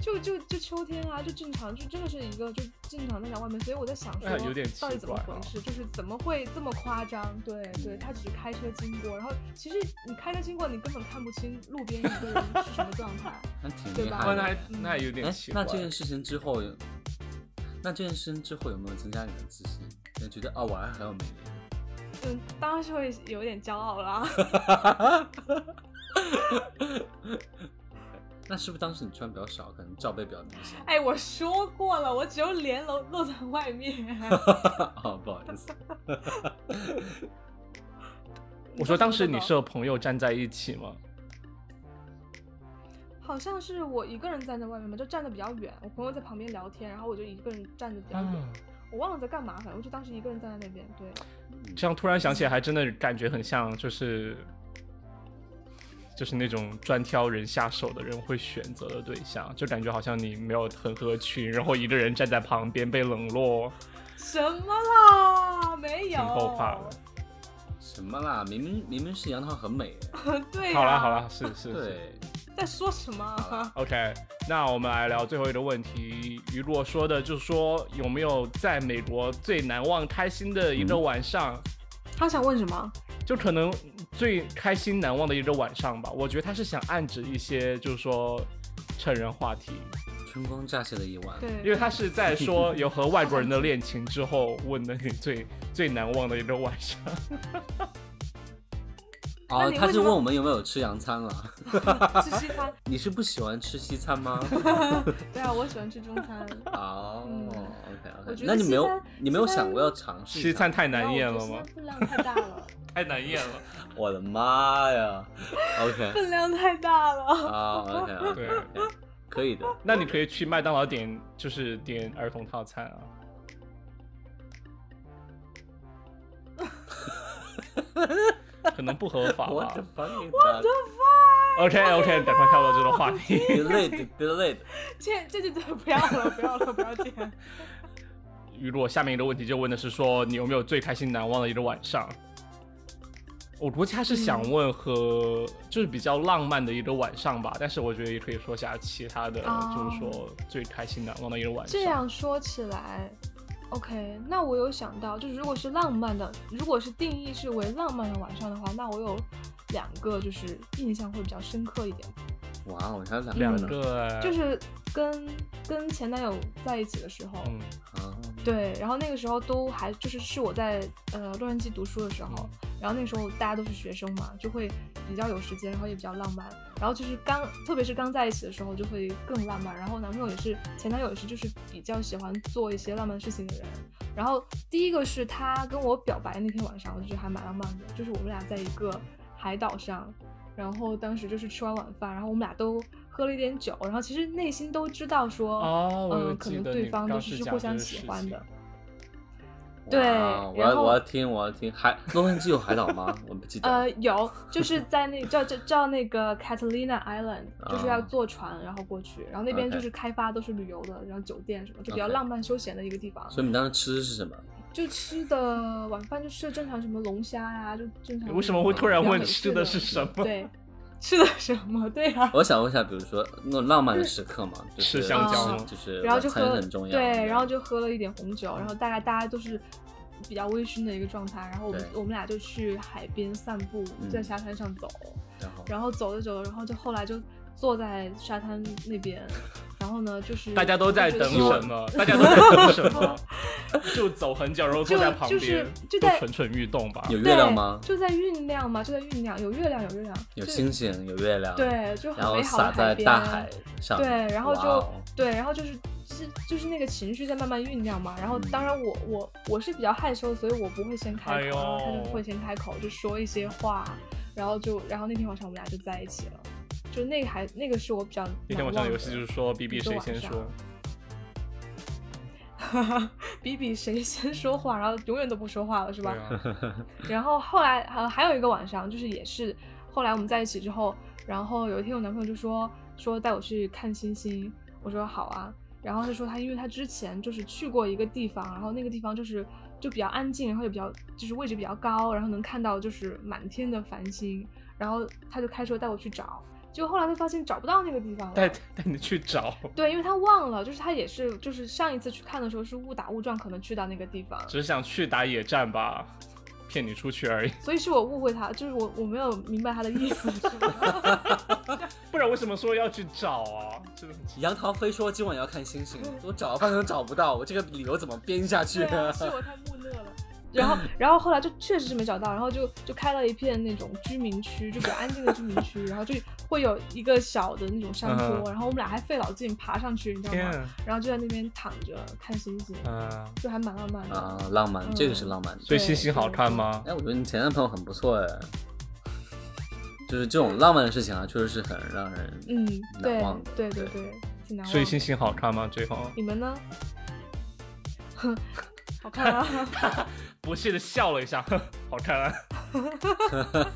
B: 就就就秋天啊，就正常，就真的是一个就正常在外面，所以我在想说，
A: 哎有点奇
B: 到底怎么
A: 怪啊
B: 回事，就是怎么会这么夸张？对对，他只是开车经过，然后其实你开车经过，你根本看不清路边一个人是什么状态。
C: 那挺
B: 对
C: 厉
B: 吧
C: 害
A: 那
C: 的
A: 还。
B: 嗯
A: 那还有点
C: 哎
A: 奇，怪
C: 那。这件事情之后有，那这件事情之后有没有增加你的自信？就觉得哦，我还很有魅力。
B: 嗯，当然是会有点骄傲啊啦。
C: 那是不是当时你穿比较少，可能罩杯比较明 显？
B: 哎，我说过了，我只有脸露露在外面。
C: 哦，不好意思，
A: 我说当时
B: 你
A: 你
B: 知道
A: 是和朋友站在一起吗？
B: 好像是我一个人站在外面吧，就站的比较远，我朋友在旁边聊天，然后我就一个人站的比较远，
A: 嗯
B: 我忘了在干嘛，反正我就当时一个人站在那边。对，
A: 这样突然想起来，还真的感觉很像，就是就是那种专挑人下手的人会选择的对象，就感觉好像你没有很合群，然后一个人站在旁边被冷落，
B: 什么啦？没
A: 挺
B: 有，
A: 后怕的。
D: 什么啦？明明明明是杨桃很美，
B: 对、啊呀
A: 好啦好啦，是是是。
D: 对，
B: 在说什么啊？
A: OK，那我们来聊最后一个问题。雨落说的就是说有没有在美国最难忘开心的一个晚上，
B: 他想问什么？
A: 就可能最开心难忘的一个晚上吧。我觉得他是想暗指一些，就是说成人话题，
D: 春光乍泄的夜晚，
A: 因为
B: 对，
A: 他是在说有和外国人的恋情之后问的你最最难忘的一个晚上。
B: 那
D: 哦，
B: 你
D: 他
B: 为
D: 是
B: 什么
D: 问我们有没有吃洋餐了。
B: 吃西 餐。
D: 你是不喜欢吃西餐 吗？
B: 对啊，我喜欢吃中餐。
D: 哦
B: 嗯
D: ，OK
B: 我
D: OK，
B: 觉
D: 那
B: 得
D: 你没有
B: 西餐
D: 你没有
B: 西餐
D: 想过要尝试一下
A: 西餐？太
B: 然
A: 难
B: 后我
A: 咽
B: 觉得
A: 了
B: 西
A: 吗
B: 餐？分量太大了，
A: 太难咽了。
D: 我的妈呀！OK
B: 分量太大了。
D: 啊，OK
A: 对
D: OK，，可 以的。
A: 那你可以去麦当劳点，就是点儿童套餐 啊。可能不合法
D: 我
A: 吧
D: 的。妈呀！
A: OK OK，赶快跳过这个话题。
D: delayed delayed，
B: 这这就这不要了，不要了，不 要点。
A: 雨落，下面一个问题就问的是说，你有没有最开心难忘的一个晚上？我估计他是想问和就是比较浪漫的一个晚上吧，但是我觉得也可以说下其他的，
B: 哦
A: 就是说最开心难忘的一个晚上。
B: 这样说起来，OK，那我有想到，就是如果是浪漫的，如果是定义是为浪漫的晚上的话，那我有两个就是印象会比较深刻一点，
D: 哇哦，还有两
A: 两
D: 呢
A: 个哎
B: 就是跟跟前男友在一起的时候。
A: 嗯
D: 啊，
B: 对，然后那个时候都还就是是我在呃洛杉矶读书的时候，
A: 嗯
B: 然后那时候大家都是学生嘛，就会比较有时间，然后也比较浪漫，然后就是刚特别是刚在一起的时候就会更浪漫，然后男朋友也是前男友也是就是比较喜欢做一些浪漫事情的人，然后第一个是他跟我表白那天晚上，我就觉得还蛮浪漫的，就是我们俩在一个海岛上，然后当时就是吃完晚饭，然后我们俩都喝了一点酒，然后其实内心都知道说，
A: 哦，我有
B: 嗯，可
A: 记
B: 能
A: 得
B: 对
A: 你
B: 方
A: 当
B: 就
A: 时
B: 是
A: 讲
B: 互
A: 这
B: 相
A: 个
B: 喜
A: 事
B: 欢
A: 情
B: 的。对
D: 哇我
B: 然
D: 要
B: 后
D: 我要听我要听海洛杉矶有海岛吗？ 我不记得。
B: 呃，有，就是在那叫叫叫那个 Catalina Island，就是要
D: 啊
B: 坐船然后过去，然后那边就
D: OK
B: 是开发都是旅游的，然后酒店什么，就比较
D: OK
B: 浪漫休闲的一个地方。
D: 所以你当时吃的是什么？
B: 就吃的晚饭就吃的正常什么龙虾呀、就正常。
A: 为什么会突然
B: 比较
A: 问
B: 美
A: 吃
B: 式的
A: 的是什么？
B: 对，吃的什么？ 对啊呀、
C: 哦
D: 我想问一下，比如说那种浪漫的时刻嘛，就
A: 吃
D: 是
A: 香
B: 蕉
D: 是
A: 吗
D: 就是
B: 嗯然后就
D: 晚餐
B: 喝
D: 很重要。
B: 对，然后就喝了一点红酒，然后大概大家都是比较微醺的一个状态，然后我们
D: 对
B: 我们俩就去海边散步，
D: 嗯
B: 在沙滩上走，
D: 然后
B: 然后走着走着，然后就后来就坐在沙滩 那边，然后呢就是
A: 大家都在等
B: 我
A: 什么？大家都在等什么？就走很久，然后坐在
B: 就
A: 旁
B: 就是
A: 边，
B: 就
A: 都
B: 在
A: 蠢蠢欲动吧。
D: 有
B: 就
D: 月
B: 觉得
D: 亮
B: 对
D: 吗？
B: 就在酝酿嘛，就在酝酿，有月亮有月亮，
D: 有
B: 就
D: 星星，有月亮，，
B: 对，就
D: 然
B: 很
D: 后
B: 美好的
D: 洒在
B: 边
D: 大海上，
B: 对，然后就、
D: 哇哦
B: 对，然后就是就是就是那个情绪在慢慢酝酿嘛。然后
D: 嗯
B: 当然我我我是比较害羞，所以我不会先开口，
A: 哎
B: 然后他
A: 呦
B: 就会先开口，就说一些话，然后就然后那天晚上我们俩就在一起了。就那个还那个是我比较
A: 那天晚上
B: 难忘
A: 的
B: 的
A: 游戏就是说，B B 谁
B: 一
A: 先
B: 个晚
A: 说
B: 上？ 比比谁先说话，然后永远都不说话了，是
A: 对
B: 吧？
A: 啊，
B: 然后后来还还有一个晚上，就是也是后来我们在一起之后，然后有一天我男朋友就说说带我去看星星，我说好啊。然后他说他因为他之前就是去过一个地方，然后那个地方就是就比较安静，然后也比较就是位置比较高，然后能看到就是满天的繁星。然后他就开车带我去找，结果后来他发现找不到那个地方了。
A: 带带你去找，
B: 对，因为他忘了，就是他也是就是上一次去看的时候是误打误撞，可能去到那个地方。
A: 只是想去打野战吧，骗你出去而已。
B: 所以是我误会他，就是我我没有明白他的意思，是吗？
A: 不然为什么说要去找啊？真的很 奇
D: 杨桃非说今晚要看星星，我找了半天都找不到，我这个理由怎么编下去
B: 嗯对啊，是我太木讷了。然 后，然后后来就确实是没找到，然后就就开了一片那种居民区，就比较安静的居民区，然后就会有一个小的那种山坡，
A: 嗯
B: 然后我们俩还费老劲爬上去，你知道
A: 天
B: 吗？
A: 啊，
B: 然后就在那边躺着看星星，
A: 嗯，
B: 就还蛮浪漫 的。
D: 啊，浪漫，这个是
B: 嗯
D: 浪漫的。
A: 所以
B: 对
A: 星星好看吗？
D: 哎，我觉得你前男朋友很不错哎，
C: 就是这种浪漫的事情啊，确实是很让人
B: 嗯，对
C: 难忘的。
B: 对对
C: 对
B: 对，挺难忘的。
A: 所以星星好看吗？最后
B: 你 们呢？好看啊！
A: 不屑的笑了一下，呵好看啊。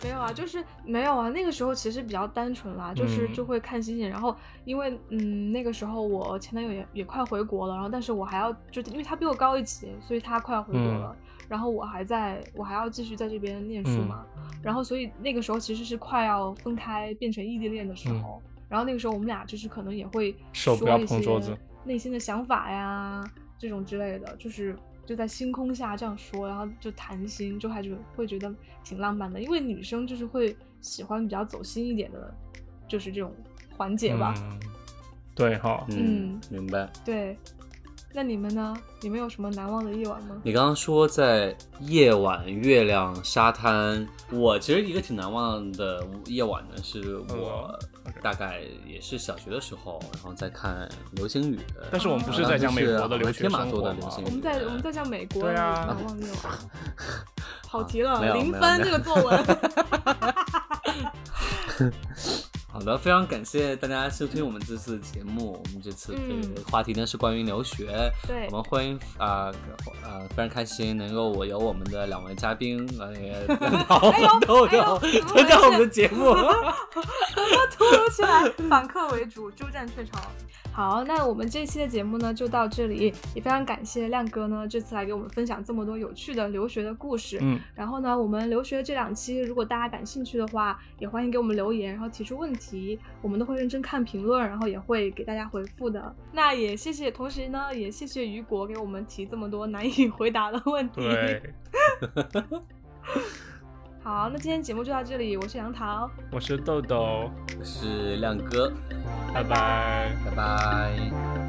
B: 没有啊，就是没有啊。那个时候其实比较单纯啦，就是
A: 嗯
B: 就会看星星。然后因为嗯，那个时候我前男友也也快回国了，然后但是我还要就因为他比我高一级，所以他快要回国
A: 嗯
B: 了，然后我还在我还要继续在这边念书嘛。
A: 嗯
B: 然后所以那个时候其实是快要分开变成异地恋的时候。然后那个时候我们俩就是可能也会
A: 嗯手
B: 说
A: 不要
B: 一
A: 碰桌子
B: 些内心的想法呀这种之类的，就是就在星空下这样说，然后就谈心，就还觉会觉得挺浪漫的，因为女生就是会喜欢比较走心一点的，就是这种环节吧。
A: 嗯、对哈、
B: 嗯
C: 嗯，明白。
B: 对，那你们呢？你们有什么难忘的夜晚吗？
C: 你刚刚说在夜晚、月亮、沙滩，我其实一个挺难忘的夜晚呢，是我
A: 嗯，OK
C: 大概也是小学的时候，然后在看流星雨。
A: 但是我们不是在讲美国的留学
C: 天马
A: 生
C: 座
A: 活
C: 的
A: 吗
C: 流？星
B: 我
C: 雨
B: 们在我们在讲美国的
A: 对啊
B: 难忘夜 晚，跑题
C: 没有
B: 了，零
C: 没有
B: 分
C: 没
B: 这
C: 有
B: 个作 文。
C: 好的，非常感谢大家收听我们这次的节目。我们这次的
B: 嗯
C: 话题呢是关于留学，
B: 对
C: 我们欢迎啊呃非常开心能够我有我们的两位嘉宾呃也 到我 们豆
B: 哎呦
C: 豆
B: 哎呦
C: 参加我们的节 目。
B: 突如其来，反客为主，鸠占鹊巢。好，那我们这一期的节目呢就到这里，也非常感谢亮哥呢这次来给我们分享这么多有趣的留学的故事。
A: 嗯，
B: 然后呢，我们留学这两期，如果大家感兴趣的话，也欢迎给我们留言，然后提出问题，我们都会认真看评论，然后也会给大家回复的。那也谢谢，同时呢，也谢谢雨果给我们提这么多难以回答的问题。
A: 对，
B: 好，那今天节目就到这里，我是杨桃，
A: 我是豆豆，
C: 我是亮哥，
A: 拜拜
C: 拜拜。